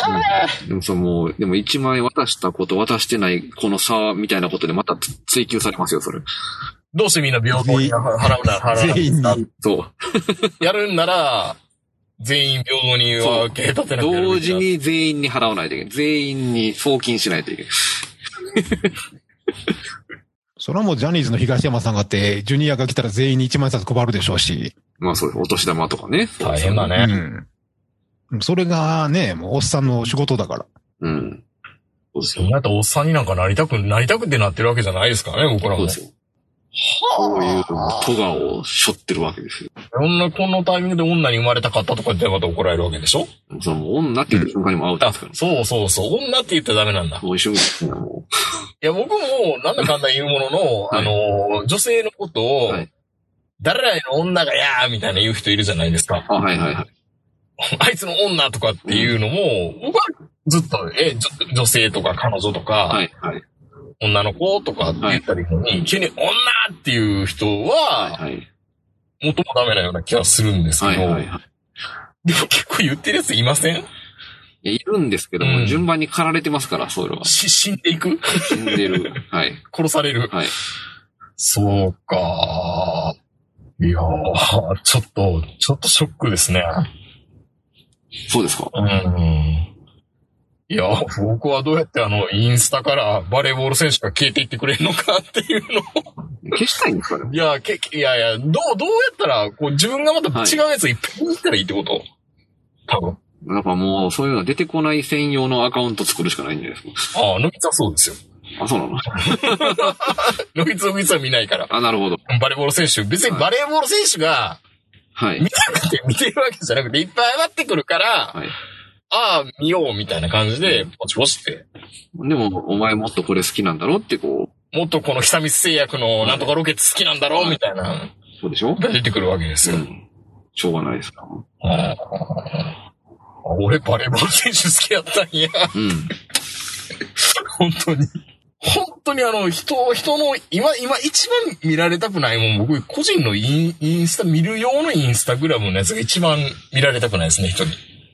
でもそう、もう、でも1万円渡したこと、渡してない、この差みたいなことでまた追求されますよ、それ。
どうしてみんな平等に払うなら払うなら
全員に。
そ
やるんなら、全員平等に分け立
う。
てなきゃやる
同
べきだ
時。に全員に払わないといけない。全員に送金しないといけない。
それはもうジャニーズの東山さんがあって、ジュニアが来たら全員に1万円札配るでしょうし。
まあそうです。お年玉とかね。
大変だ
う
ね。
ん。それがね、もうおっさんの仕事だから。
うん。そうです
そ
よ
ん。なやったらおっさんになんかなりたく、なりたくってなってるわけじゃないですからね、僕ら
そう
も
で。すよ。こういうトガを背負ってるわけですよ。
女、このタイミングで女に生まれたかったとかってまた怒られるわけでしょ
その女っていう瞬間にもアウト
あ
ですから、。
そうそうそう。女って言ったらダメなんだ。
そういう瞬間にはも
いや、僕も、なんだかんだ言うものの、
はい
あの、女性のことを、
はい
誰々の女がやーみたいな言う人いるじゃないですか。
う。あ、はいはいはい。
あいつの女とかっていうのも、僕はずっと、え、じょ女性とか彼女とか、
はいはい。
女の子とかって言ったりのに、急に女っていう人は、
はい
元もダメなような気がするんですけ
はい
ど、
はいはい。
でも結構言ってるやついません
いや、いるんですけども、
うん
順番に駆られてますから、そういうのは。
し *laughs* 死んでいく
死んで
*laughs*
る。はい。
殺される。
はい。
そうか。いやー、ちょっと、ちょっとショックですね。
そうですか。
うん。いや、僕はどうやってあの、インスタからバレーボール選手が消えていってくれるのかっていうの
消したいんですかね
を。いや、け、いやいや、どう、どうやったら、こう自分がまた違うやついっぱいにったらいいってこと、多分。
だからもう、そういうのは出てこない専用のアカウント作るしかないんじゃないです
ああ、のびつはそうですよ。
か。あ、そうなの
のびつのびつは見ないから。
あ、なるほど。
バレーボール選手、別にバレーボール選手が *laughs*
はい
見。たくて見てるわけじゃなくて、いっぱい上がってくるから、
はい。
ああ、見ようみたいな感じで、ポチポチって。
でも、お前もっとこれ好きなんだろってこ
もっとこの久光製薬のなんとかロケット好きなんだろうみたいな、
う、そうでしょ
が出てくるわけです
う
よ。
ん。しょうがないですか。
ああ俺バレーボール選手好きやったんや。
うん。
本当に。本当にあの、人、人の、今、今一番見られたくないもん、僕、個人のインインスタ、見る用のインスタグラムのやつが一番見られたくないですね、人に。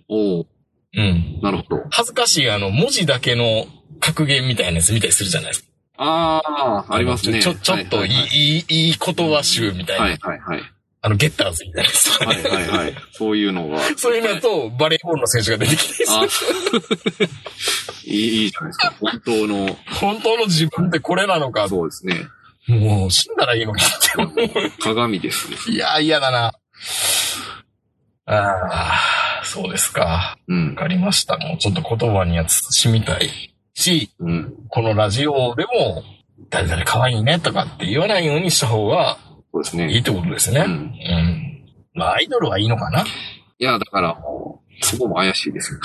おお
うん。
なるほど。
恥ずかしい、あの、文字だけの格言みたいなやつ見たりするじゃないですか。
ああ、ありますね。
ちょ、ちょっといい、いい、いい言葉集みたいな。
はいはいはい。
あの、ゲッターズみたいなやつとか
は
ね
いはいはいはい。そういうのが。
*laughs* そういうのやと、バレーボールの選手が出てきて、
あいい、いいじゃないですか。本当の、
本当の自分ってこれなのか、
そうですね。
もう死んだらいいのかって思う
鏡ですね。
いや、嫌だな。ああ、そうですか。
う
わ
ん。
かりました。もうちょっと言葉には慎みたいし、
うん。
このラジオでも、誰々可愛いねとかって言わないようにした方が
そうです
いい
ね。
ってことです
う
ね。
ん。
うん。まあ、アイドルはいいのかない
や、だからもう、そこも怪しいですよ。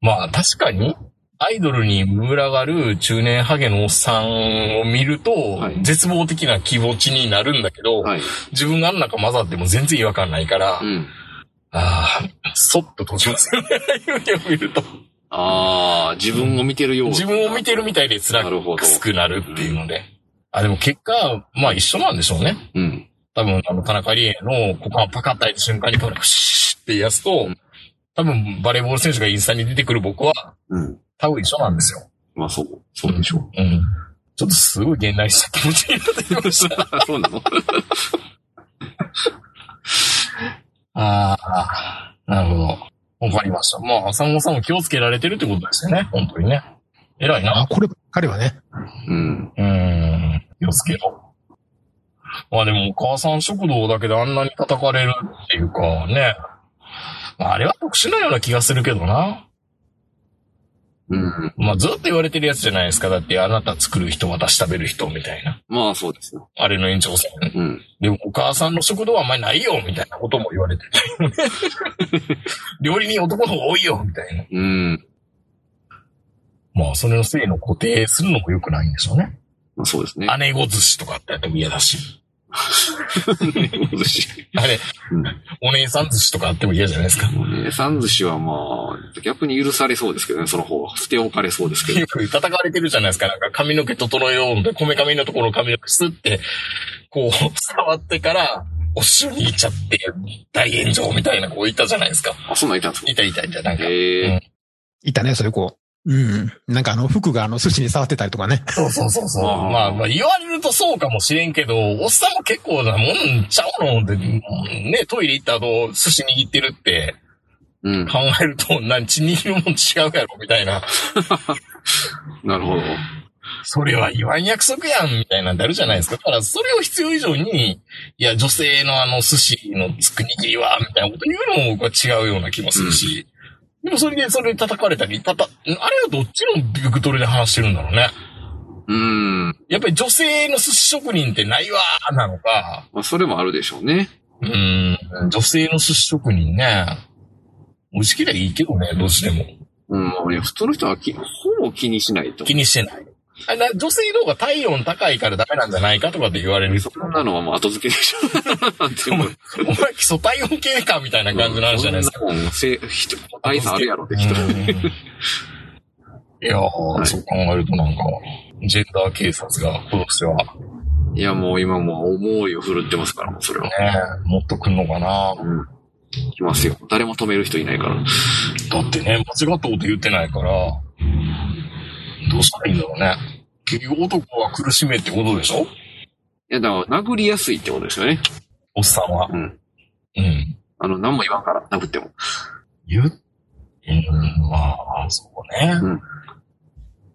まあ、確かに、アイドルに群がる中年ハゲのおっさんを見ると、
い
絶望的な気持ちになるんだけど、
はい。
自分があん中混ざっても全然違和感ないから、
うん。
ああ、そっと閉じますよね。夢を見ると。
ああ、自分を見てるよう
自分を見てるみたいで辛
なるほど
くなるっていうので。あ、でも結果、まあ一緒なんでしょうね。
うん。
多分、あの、田中理恵の股間パカッと開いた瞬間にこれ、シーってやつと
うん、
多分、バレーボール選手がインスタに出てくる僕は、
うん。
多分一緒なんですよ。
まあそう、そうでしょ
うん。ちょっとすごい現代した気持ちになってきました。
う。 *laughs* そうなの
ああ、なるほど。わかりました。まあ、浅野さんも気をつけられてるってことですよね。本当にね。偉いな。
あ、これ、彼はね。
うん。
うーん、気をつけろ。まあでも、お母さん食堂だけであんなに叩かれるっていうかね、まあ、あれは特殊なような気がするけどな。
うん。
まあ、ずっと言われてるやつじゃないですか。だって、あなた作る人、私食べる人、みたいな。
まあそうですよ。
あれの延長線。
うん。
でも、お母さんの食堂はあんまりないよ、みたいなことも言われてる。料理人男の方が多いよ、みたいな。
うん。
まあ、それのせいの固定するのも良くないんでしょうね。
まあそうですね。
姉御寿司とかってやっても嫌だし。
*laughs* お寿司。
あれ、
うん。
お姉さん寿司とかあっても嫌じゃないですか。
もうね、サン寿司はまあ、逆に許されそうですけどね、その方は。捨ておかれそうですけど
よ。く叩かれてるじゃないですか。なんか髪の毛整えようみたいなこめかみのところを髪の毛すって、こう、 *laughs* 触ってから、お塩にいっちゃって、大炎上みたいな子いたじゃないですか。
あ、そんなんいたんです
*laughs*
か
いたいたいた、なんか。
ええ
いたね、そういう子。うん。なんかあの、服があの、寿司に触ってたりとかね。
そうそうそうそう。
あー
まあまあ言われるとそうかもしれんけど、おっさんも結構なもんちゃうので、ね、トイレ行った後、寿司握ってるって
うん。
考えると、何、血握るもん違うやろ、みたいな。
なるほど。
それは言わん約束やん、みたいなんであるじゃないですか。だから、それを必要以上に、いや、女性のあの、寿司の作り切りは、みたいなこと言うのも僕は違うような気もするし。でも、それで、それで叩かれたり、たた、あれはどっちのビクトルで話してるんだろうね。
うん。
やっぱり女性の寿司職人ってないわーなのか、
まあそれもあるでしょうね。
うーん、女性の寿司職人ね。美味しけりゃいいけどね、どうしても。
うん。まあね、普通の人はきほぼ気にしないと。
気にしてない。あな女性の方が体温高いからダメなんじゃないかとかって言われる。
そんなのはもう後付けでしょ。
*laughs*
でも
お前基礎体温計かみたいな感じになるじゃないですか。
そんなもんせ、人、大差あるやろって人。
うんいやー、
い
そう考えるとなんか、ジェンダー警察が今年は、ね
いや、もう今もう思いを振るってますから、もうそれは。
え、もっと来んのかな
うん。来ますよ。誰も止める人いないから。
だってね、間違ったこと言ってないから、どうしたらいいんだろうね。結局男は苦しめってことでしょ
いや、だから、殴りやすいってことですよね。
おっさんは。
うん。
うん。
あの、何も言わんから、殴っても。
言ううん、まあ、そうね。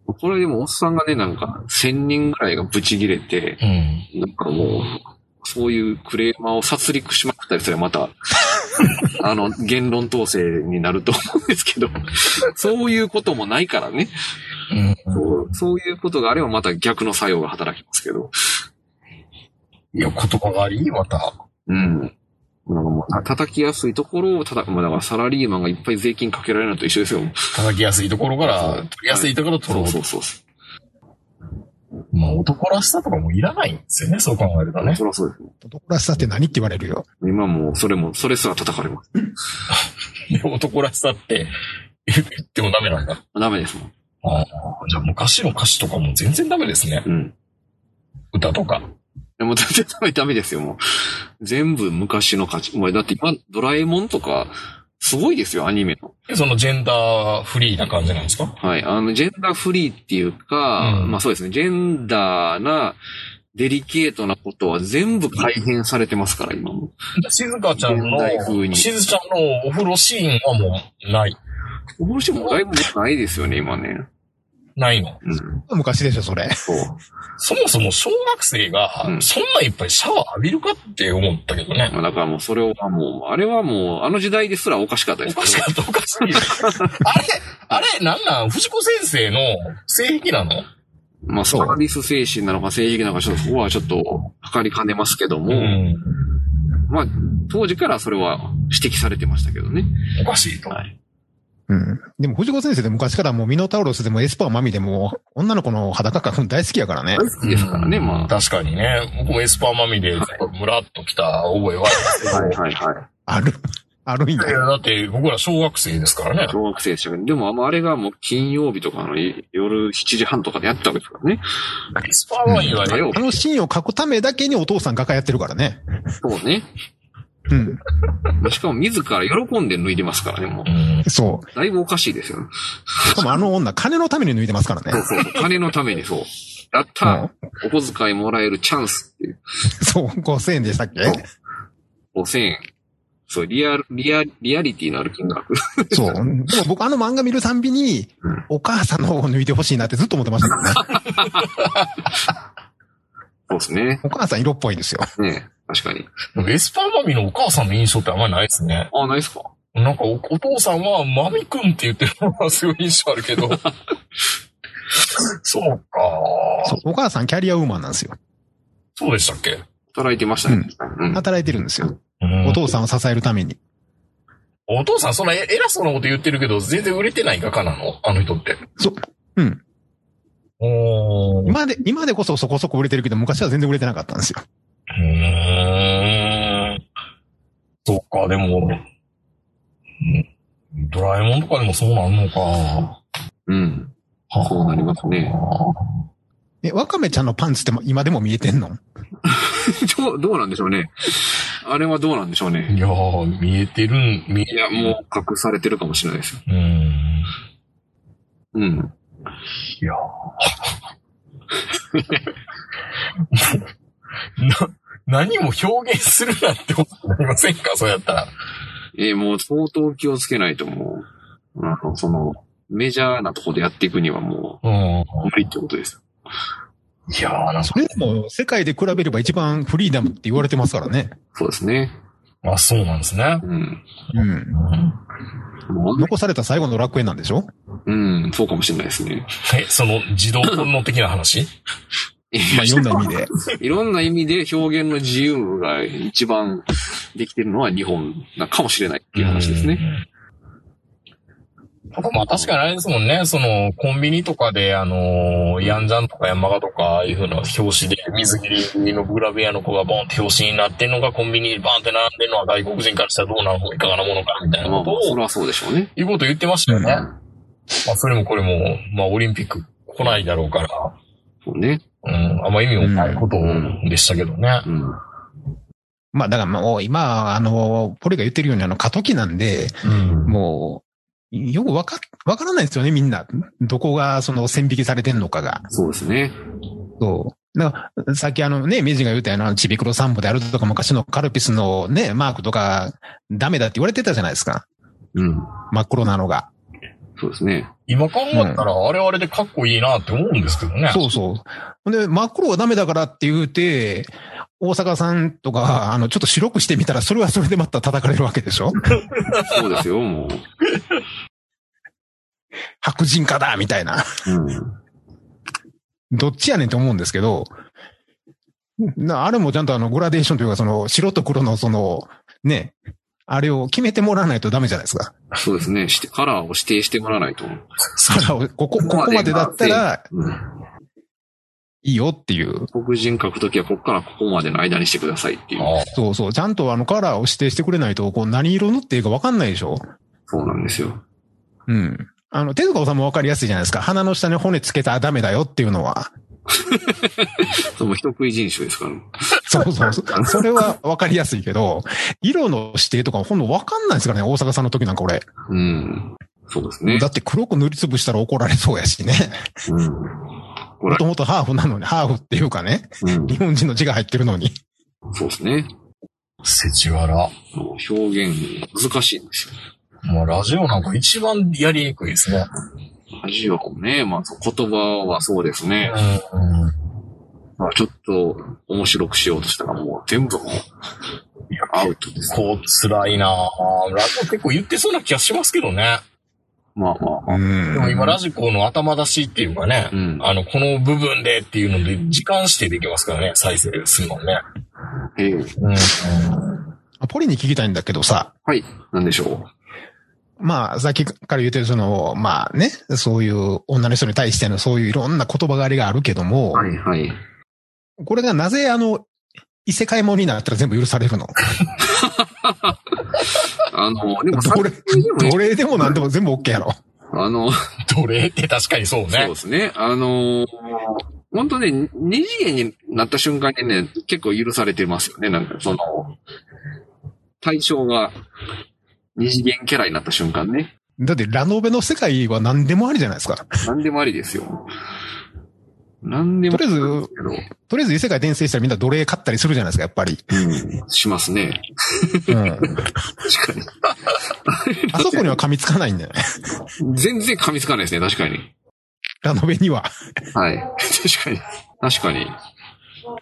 これでも、おっさんがね、なんか、千人ぐらいがブチ切れて、
うん。
なんかもう、そういうクレーマーを殺戮しまくったりすればま *laughs* た、あの、言論統制になると思うんですけど、そういうこともないからね。
うん。
そうそういうことがあればまた逆の作用が働きますけど。
いや、言葉がいい、また。
うん。なんかもう叩きやすいところを叩く。まあだからサラリーマンがいっぱい税金かけられるのと一緒ですよ。
叩きやすいところから、取りやすいところを取ろ
そうう
と
そうそうそ
まあ、男らしさとかもいらないんですよね、そう考えると
う。
ね。
そりゃそうですね。
男らしさって何って言われるよ。
今もうそれも、それすら叩かれます。
男らしさって、言ってもダメなんだ。
ダメですもん。
ああ、じゃあ昔の歌詞とかも全然ダメですね。
うん。
歌とか。
でもう全然ダメですよ、もう。全部昔の価値。もうだって今、ドラえもんとか、すごいですよ、アニメの。
えそのジェンダーフリーな感じなんですか
はい。あの、ジェンダーフリーっていうか、
うん
まあそうですね、ジェンダーな、デリケートなことは全部改変されてますから、今も。
静香ちゃん
現代風
の、
に
静ちゃんのお風呂シーンはもうない。
お風呂してもだいぶないですよね、今ね。
ないの。
うん。
昔でしょ、それ。
そう。
そもそも小学生が
う、ん
そんないっぱいシャワー浴びるかって思ったけどね。
まあだからもうそれはもう、あれはもう、あの時代ですらおかしかったで
お
すけ
か
ど
しかった、
*laughs*
おかしい。あれ、あれ、なんなん藤子先生の性癖なの
まあサービス精神なのか正義なのか、ちょっとそこはちょっと、測りかねますけども、
ん。
まあ、当時からそれは指摘されてましたけどね。
おかしいと。
はい。
うん。でも、藤子先生で昔からもうミノタウロスでもエスパーマミでも、女の子の裸描くの大好きやからね。
大好きですからね、まあ。
確かにね。僕もエスパーまみれ、ムラっと来た覚えはありますけど。
はいはいはい。
ある、 *laughs* あるん
いや、
だ。
だって僕ら小学生ですからね。
小学生でしたけど、でもあのあれがもう金曜日とかのい夜7時半とかでやってたわけですからね。
エスパーマミは
火
ね、
曜
あ
日。
のシーンを描くためだけにお父さん画家やってるからね。
そうね。
うん。
しかも自ら喜んで脱いでますからね、もう
う。ん
そう。
だいぶおかしいですよ。
しかもあの女、金のために脱いでますからね。
そうそうそう。金のためにそう。やったーお小遣いもらえるチャンスっていう。
そう、5000円でしたっけ
5000円。そう、リアル、リア、リアリティのある金額。
そう。でも僕あの漫画見るたんびに
うん、
お母さんの方を抜いてほしいなってずっと思ってましたからね。 *laughs*
そうですね。
お母さん色っぽいですよ。
ねえ確かに。
エスパーマミのお母さんの印象ってあんまりないですね。
あ、ないっすか
なんかお、お父さんは、マミくんって言ってるのがすごい印象あるけど。そうか。
そう、お母さんキャリアウーマンなんですよ。
そうでしたっけ、
働いてましたね。うん。
働いてるんですよ。
うん
お父さんを支えるために。
お父さん、そんなえ偉そうなこと言ってるけど、全然売れてない画家なのあの人って。
そう。うん。
おー。
今で、今でこそそこそこ売れてるけど、昔は全然売れてなかったんですよ。
うーん。そっか、でも、うんドラえもんとかでもそうなんのか。
うん。そうなりますね。 *laughs*
え、ワカメちゃんのパンツっても今でも見えてんの
どう、どうなんでしょうね。あれはどうなんでしょうね。
いやー、見えてるん、見
い
え、
や、もう隠されてるかもしれないですよ。
うーん。
うん。
いやー *laughs* な、何も表現するなってことになりませんかそうやったら。
えーもう相当気をつけないともう、あの、その、メジャーなとこでやっていくにはも
うん。
う、無理ってことです。
いやー、なんか
そ、れでも世界で比べれば一番フリーダムって言われてますからね。
そうですね。
あ、そうなんですね。
うん。
うん。
もう
残された最後の楽園なんでしょ
うん、そうかもしれないですね。
え、その、自動本能的な話
い
ま
や
あ、いろんな意味で。
いろんな意味で表現の自由が一番できてるのは日本なのかもしれないっていう話ですね。
うん。まあ確かにあれですもんね、その、コンビニとかで、あのーヤンジャンとかヤンマガとか、ああいうふうな表紙で、水着のグラビアの子がボンって表紙になってんのが、コンビニにバンって並んでんのは外国人からしたらどうなのいかがなものか、みたいな
まあ
こ
まあ、そ
とを、
れはそうでしょうね。
いうことを言ってましたよね。
うん
まあそれもこれも、まあオリンピック来ないだろうから、
そうね。
うん、あんま意味もないことでしたけどね。
うん。
まあ、だからもう今、あの、ポリが言ってるようにあの過渡期なんで、
うん。
もう、よくわか、わからないですよね、みんな。どこがその線引きされてんのかが。
そうですね。
そう。だから、さっきあのね、明治が言ったような、ちびくろ散歩であるとか、昔のカルピスのね、マークとか、ダメだって言われてたじゃないですか。
うん。
真っ黒なのが。
そうですね。
今考えたら、あれはあれでかっこいいなって思うんですけどね。
そうそう。ほんで、真っ黒はダメだからって言うて、大阪さんとか、あの、ちょっと白くしてみたら、それはそれでまた叩かれるわけでしょ
そうですよ、もう。
白人化だみたいな。
うん。
どっちやねんって思うんですけど、なあれもちゃんとあの、グラデーションというか、その、白と黒のその、ね、あれを決めてもらわないとダメじゃないですか。
そうですね。して、カラーを指定してもらわないと。
それをここ、ここまでだったら、
うん。
いいよっていう。
黒人書くときは、ここからここまでの間にしてくださいっていう。
ああ
そうそう。ちゃんとあの、カラーを指定してくれないと、こう、何色塗っていいかわかんないでしょ
そうなんですよ。
うん。あの、手塚さんもわかりやすいじゃないですか。鼻の下に骨つけたらダメだよっていうの *laughs* は。
その人食い人種ですから。
そうそうそう。それはわかりやすいけど、色の指定とかほんのわかんないですからね、大阪さんの時なんか俺。
うん。そうですね
だ。って黒く塗りつぶしたら怒られそうやしね。
うん。ほ
も
ら
と、もとハーフなのに、ハーフっていうかね、
うん
日本人の字が入ってるのに。
そうですね。
世知辛。
もう表現難しいんですよ。
まあ、ラジオなんか一番やりにくいですね。
ラジオもね、まあそう言葉はそうですね。
うん。
まあちょっと面白くしようとしたらもう全部もういやアウトです。
こう、辛いなぁ。ラジオ結構言ってそうな気がしますけどね。
まあまあ。
ん
でも今、ラジコの頭出しっていうかね、
うん
あの、この部分でっていうので、時間指定できますからね、再生するのね。
ええ
うん。
ポリに聞きたいんだけどさ、
はい。なんでしょう。
まあ、さっきから言ってるその、まあね、そういう女の人に対してのそういういろんな言葉狩りがあるけども、
はいはい。
これがなぜあの、異世界ものになったら全部許される
*laughs*
の
あの、でも
どれ、どれでもなんでも全部 OK やろ。
あの、
奴隷って確かにそう
そう
ね
で。すね。あのー、本当ね、二次元になった瞬間にね、結構許されてますよね。なんかその、対象が二次元キャラになった瞬間ね。
だって、ラノベの世界は何でもありじゃないですか。
何でもありですよ。何でも
とりあえず、
けど、
とりあえず異世界転生したらみんな奴隷買ったりするじゃないですか、やっぱり。
うん、しますね。 *laughs*
うん。
確かに。
あそこには噛みつかないんだよね。 *laughs*
全然噛みつかないですね、確かに。
ラノベには。
*laughs* はい。確かに。確かに。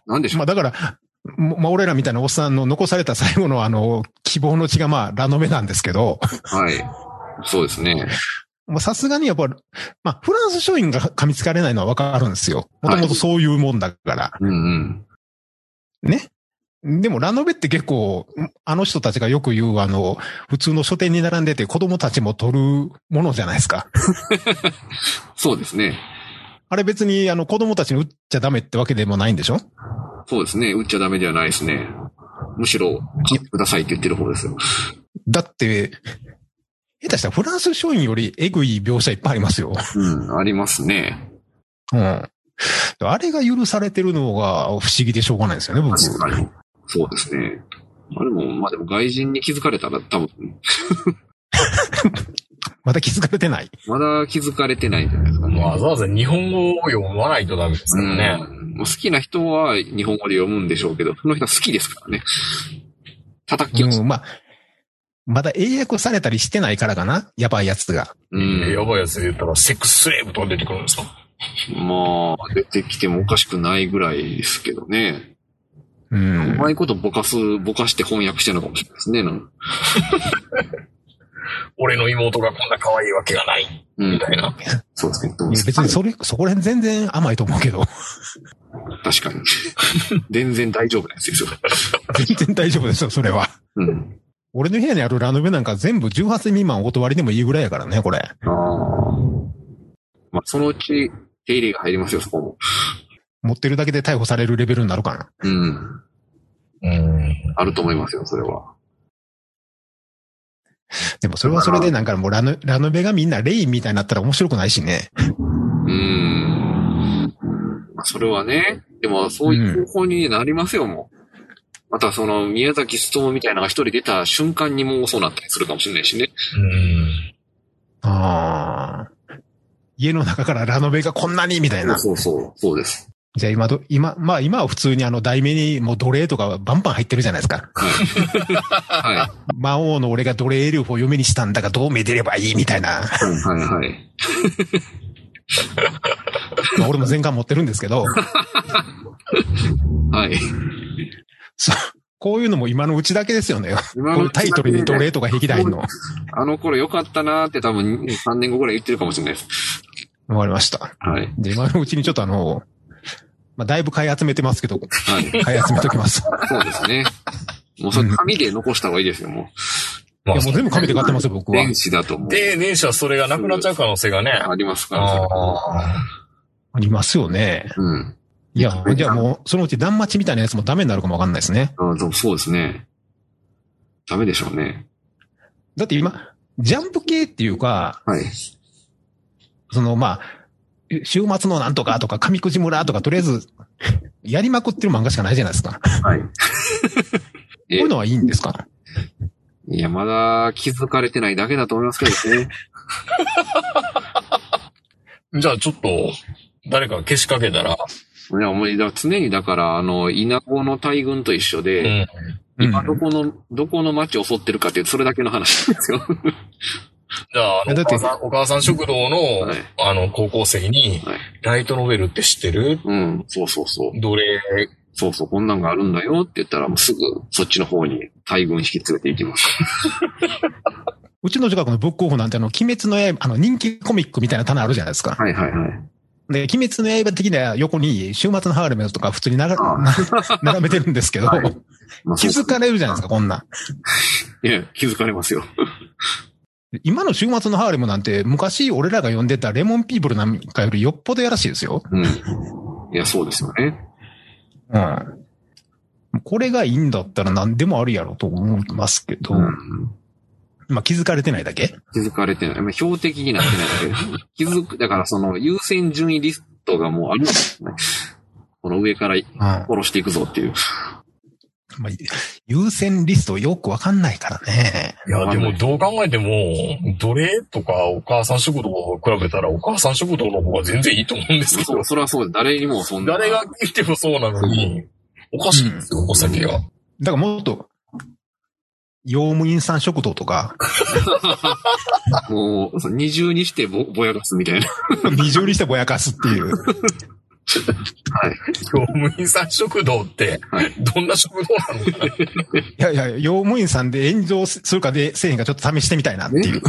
なんでしょう、
まあだから、もまあ、俺らみたいなおっさんの残された最後のあの、希望の血がまあ、ラノベなんですけど、
はい。そうですね。
まあ、さすがにやっぱ、まあ、フランス書院が噛みつかれないのはわかるんですよ。もともとそういうもんだから。
うんうん。
ね。でも、ラノベって結構、あの人たちがよく言う、あの、普通の書店に並んでて子供たちも取るものじゃないですか。
そうですね。
あれ別に、あの、子供たちに売っちゃダメってわけでもないんでしょ
そうですね。打っちゃダメではないですね。むしろ、買ってくださいって言ってる方ですよ。
だって、下手したらフランス書院よりエグい描写いっぱいありますよ。
うん、ありますね。
うん。あれが許されてるのが不思議でしょうがないですよね、僕。
確かに。そうですね。あれも、まあでも外人に気づかれたら多分、
まだ気づかれてない。
まだ気づかれてないんじゃないですかね。
わざわざ日本語を読まないとダメですからね。
うんまあ好きな人は日本語で読むんでしょうけど、その人は好きですからね。叩き
う
ます。
ん、まあ、まだ英訳されたりしてないからかな、やばいやつが。
うん
やばいやつで言ったら、セックススレーブとか出てくるんですか
まあ、出てきてもおかしくないぐらいですけどね。
う
うんま。いことぼかす、ぼかして翻訳してるのかもしれないですね。なんか
俺の妹がこんな可愛いわけがない。
うん
みたいな。
そうですね。どう
い
で
や
す
別
か
にそれ、そこら辺全然甘いと思う
*laughs*
けど、
確かに。全然大丈夫なやつですよ。
全然大丈夫ですよ、それは。
うん。
俺の部屋にあるラノベなんか全部18歳未満お断りでもいいぐらいやからね、これ。
ああ。まあ、そのうち、手入れが入りますよ、そこも。
持ってるだけで逮捕されるレベルになるかな。
うん。
うん。
あると思いますよ、それは。
でもそれはそれでなんかもうラノラノベがみんなレインみたいになったら面白くないしね。
うん。まあ、それはね、でも、そういう方法になりますよ、もう。また、その、宮崎ストームみたいなのが一人出た瞬間にもうそうなったりするかもしれないしね。
うん。
ああ。家の中からラノベがこんなにみたいな。
そうそう、そうです。
じゃあ今ど、今、まあ今は普通にあの題名にもう奴隷とかバンバン入ってるじゃないですか。
は
魔王の俺が奴隷エルフを嫁にしたんだがどうめでればいいみたいな。
い。はい、はい、はい。
まあ俺も全巻持ってるんですけど、
はい。
そうこういうのも今のうちだけですよね。
今
このタイトルに奴隷とか平気で入んの。わ
あの頃良かったなーって多分3年後ぐらい言ってるかもしれないです。
かりました。
はい。
で、今のうちにちょっとあの、まあだいぶ買い集めてますけど、
はい。 *laughs*
買い集めときます。
そうですね。もうそれ紙で残した方がいいですよ、も
ま
いや、もう全部紙で買ってますよ、僕
う。
は
電。子だともう。
で、年始はそれがなくなっちゃう可能性がね。
ありますから。
あ
ありますよね。
うん。
いや、じゃあもう、そのうち断末みたいなやつもダメになるかもわかんないですね。
あそうそうですね。ダメでしょうね。
だって今、ジャンプ系っていうか、
はい。
そのまあ、週末のなんとかとか、上くじ村とか、とりあえず、やりまくってる漫画しかないじゃないです *laughs* か。こ
はい。
う
え
いうのはいいんですか
いや、まだ気づかれてないだけだと思いますけど
*laughs*
ね。
あ。じゃあちょっと、誰か消しかけたら、
いや、もう、だから常にだから、あの、稲子の大群と一緒で、
うん。
今
うん
どこの、どこの町を襲ってるかっていう、それだけの話なんですよ。
じゃあ、あの
えだ
お
って
母さん、お母さん食堂の、
はい
あの、高校生に、
はい
ライトノベルって知ってる
うん、そうそうそう。
奴隷、
そうそう、こんなんがあるんだよって言ったら、もうすぐそっちの方に大群引き連れて行きます。
うちの近くのブックオフなんてあの、鬼滅の刃、あの、人気コミックみたいな棚あるじゃないですか。
はいはいはい。
で、鬼滅の刃的な横に、週末のハーレムとか普通になが *laughs* 並べてるんですけど、
はいまあ、
気づ
そう
かれるじゃないですか、こんなん。
いや、気づかれますよ。
今の週末のハーレムなんて、昔俺らが読んでたレモンピーブルなんかよりよっぽどやらしいですよ。
うん。いや、そうですよね。
うん。これがいいんだったら何でもあるやろと思いますけど、
うん。
まあ気づかれてないだけ
気づかれてない。まあ、標的になってないので、 *laughs* 気づく、だからその優先順位リストがもうあるんですね。この上から
うん。ま
殺していくぞっていう。
あ、優先リストよくわかんないからね。
いや、でもどう考えても、奴隷とかお母さん食堂を比べたら、お母さん食堂の方が全然いいと思うんですけ
そ
ど
う、、それはそうです。誰にもそんな。
誰が聞いてもそうなのに、おかしいんですよ、お酒が。
だからもっと、用務員さん食堂と *laughs* か、
もう、そう二重にしてぼぼやかすみたいな。 *laughs*
二重にしてぼやかすっていう。
業務員さん食堂って
はい、
どんな食堂なのかな
いやいや、用務員さんで炎上するかでせえへんかちょっと試してみたいなっていう。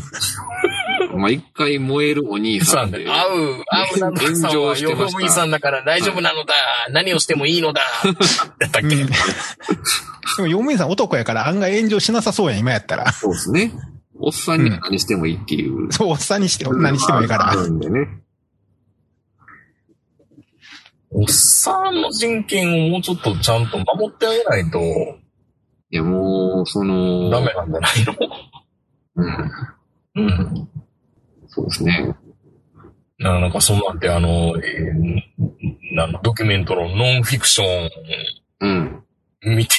まあ、一回燃えるお兄さ
さ
ん
んで
で。
*laughs* 会う、会うなんとかさ
炎
ん
上
は
し
業
てました
務員さんだから大丈夫なの *laughs* だ、何をしてもいいのだだったっ
うん、
け、
でも用務員さん男やから案外炎上しなさそうやん、今やったら。
そうですね。おっさんには何してもいいっていう。
そう、おっさんにして、何してもいいか
あ
ら。
るんでね。
おっさんの人権をもうちょっとちゃんと守ってあげないと
いや、もう、その、
ダメなんじゃないの
うん。
うん。
そうですね。
ななんかそんなんてあの、えーなんドキュメントのノンフィクション
うん。
見て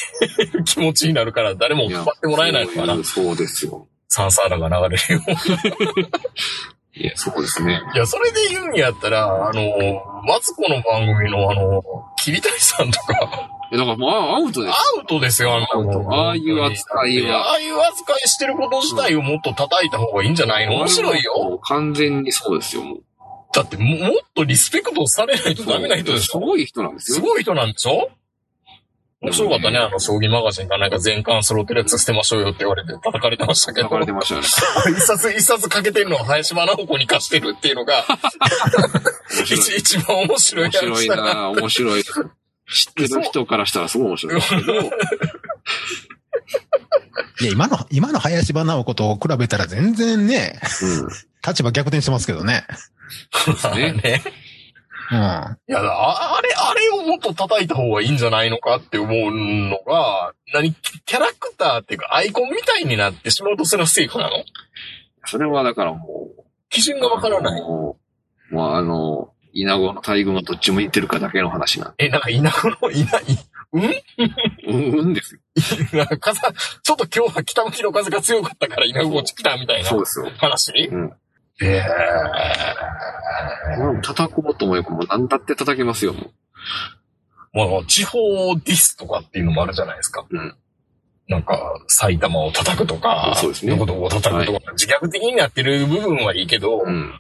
気持ちになるから誰も
いや
引っ張ってもらえないのかな
そう。そうですよ。
サンサーラが流れるよ。
いや、そうですね。
いや、それで言うんやったら、あの、マツコの番組のあの、桐谷さんとか、
いやだからもうあアウトです。
アウトですよ、あ
アウト
の、
ああいう扱いは
やああいう扱いしてること自体をもっと叩いた方がいいんじゃないの面白いよ。
もう完全にそうですよ、もう。
だっても、もっとリスペクトされないとダメな人でし
す
ょ
ごい人なんです
す
よ。
ごい人なんでしょ面白かったね、あの、将棋マガジンがなんか全巻揃ってるやつ捨てましょうよって言われて叩かれてましたけど
書、かれてましたよね。
一冊一冊かけてるのを林真直子に貸してるっていうのが、
面白い
一一番面白い
面
や
白
つ
い
だな。
な面白い。知ってる人からしたらすごい面白いですけど、
いや、今の、今の林場直子と比べたら全然ね、
うん。
立場逆転してますけどね。
ね
ね
うん。
いや、ああれ、あれをもっと叩いた方がいいんじゃないのかって思うのが、何、キャラクターっていうかアイコンみたいになってしまうとそれは成果なの
それはだからもう、
基準がわからない。
もう、もうあの、稲子の大群がどっち向いてるかだけの話なん
え、なんか稲子の、稲、い
で。うん、うんですよ。
なんか風、ちょっと今日は北向きの風が強かったから稲子ち来たみたいな
そうですよ。
話
うん。
ええ
もう叩こうと思えばもう何だって叩けますよ、も
まあ、地方ディスとかっていうのもあるじゃないですか。
うん
なんか、埼玉を叩くとか、
そうですね
どこどこを叩くとか、自虐的になってる部分はいいけど、
う。うん。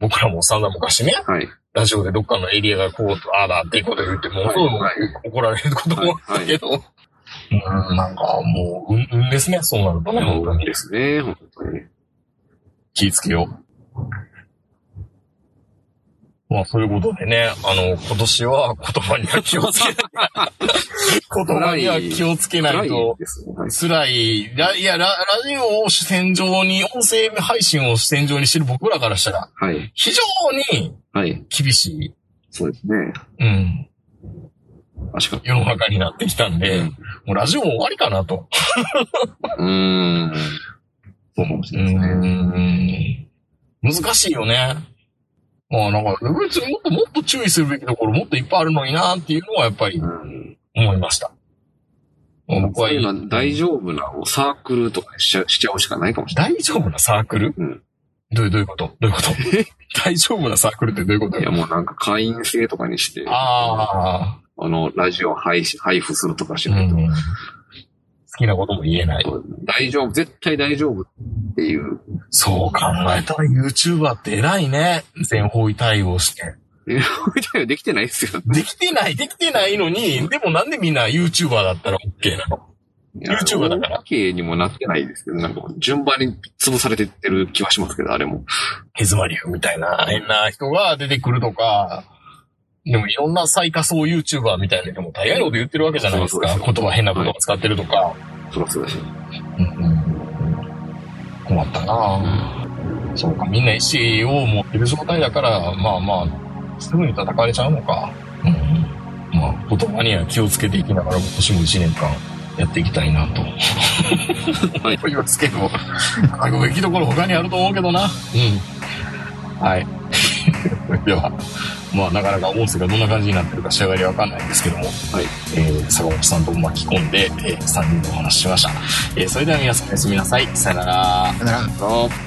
僕らも散々昔ね、
はい。
ラジオでどっかのエリアがこう、ああだっていうこと言って、もう、
はいはい
怒られることもあったけど、うん、なんかもう、うん、うんですね、そうなるとね、本当
いい
に。
ですね、本当に。
気ぃつけよう。まあ、そういうことでね、あの、今年は言葉には気を
*laughs*
つけない。言葉には気をつけない
辛い
と。
ですね。はい
辛い。ラいやラ、ラジオを主戦場に、音声配信を主戦場にしてる僕らからしたら、
はい。
非常に
はい。
厳し
そうですね。
い、うん、
確かに。
世の中になってきたんで、もうラジオも終わりかなと。
うーん。そうかもしれないですね。
ん。難しいよね。まあなんか、別にもっともっと注意するべきところもっといっぱいあるのになっていうのはやっぱり
うん。
思いました。まあ僕
そう
は
いうのは大
丈
丈夫な、もうサークルとかしちゃしちゃうしかないかもしれない。
大丈夫なサークル
うん
どういう、どういうことどういうこと
*laughs*
大丈夫なサークルってどういうこと
いや、もうなんか会員制とかにして、あ
ああ、
の、ラジオ配信、配布するとかし
う
ないと、
ん。好きなことも言えない。
大丈夫、絶対大丈夫っていう。
そう考えたら YouTuber って偉いね。全方位対応して。
みたいなできてないですよ。
できてない、できてないのに、でもなんでみんな YouTuber だったら OK なの YouTuber だから。
OK にもなってないですけど、なんか順番に潰されてってる気はしますけど、あれも。
ヘズマリュウみたいな変な人が出てくるとか、でもいろんな最下層 YouTuber みたいな人も大概のこと言ってるわけじゃないですか。
そうそうそう
言葉変な言葉使ってるとか。
そらそうだし。
うん困ったなぁそうか、みんな意思を持ってる状態だから、まあまあ、すぐに叩かれちゃうのか。うん。まあ、言葉には気をつけていきながら、今年も1年間やっていきたいなと。
はい
思いますけど、書くべきところ他にあると思うけどな。うん。はい。 *laughs* では、まあ、なかなか音声がどんな感じになってるか仕上がりはわかんないんですけども、
はい。
えー坂本さんと巻き込んで、え3人でお話ししました。えーそれでは皆さんおやすみなさい。さよなら。
だから
あー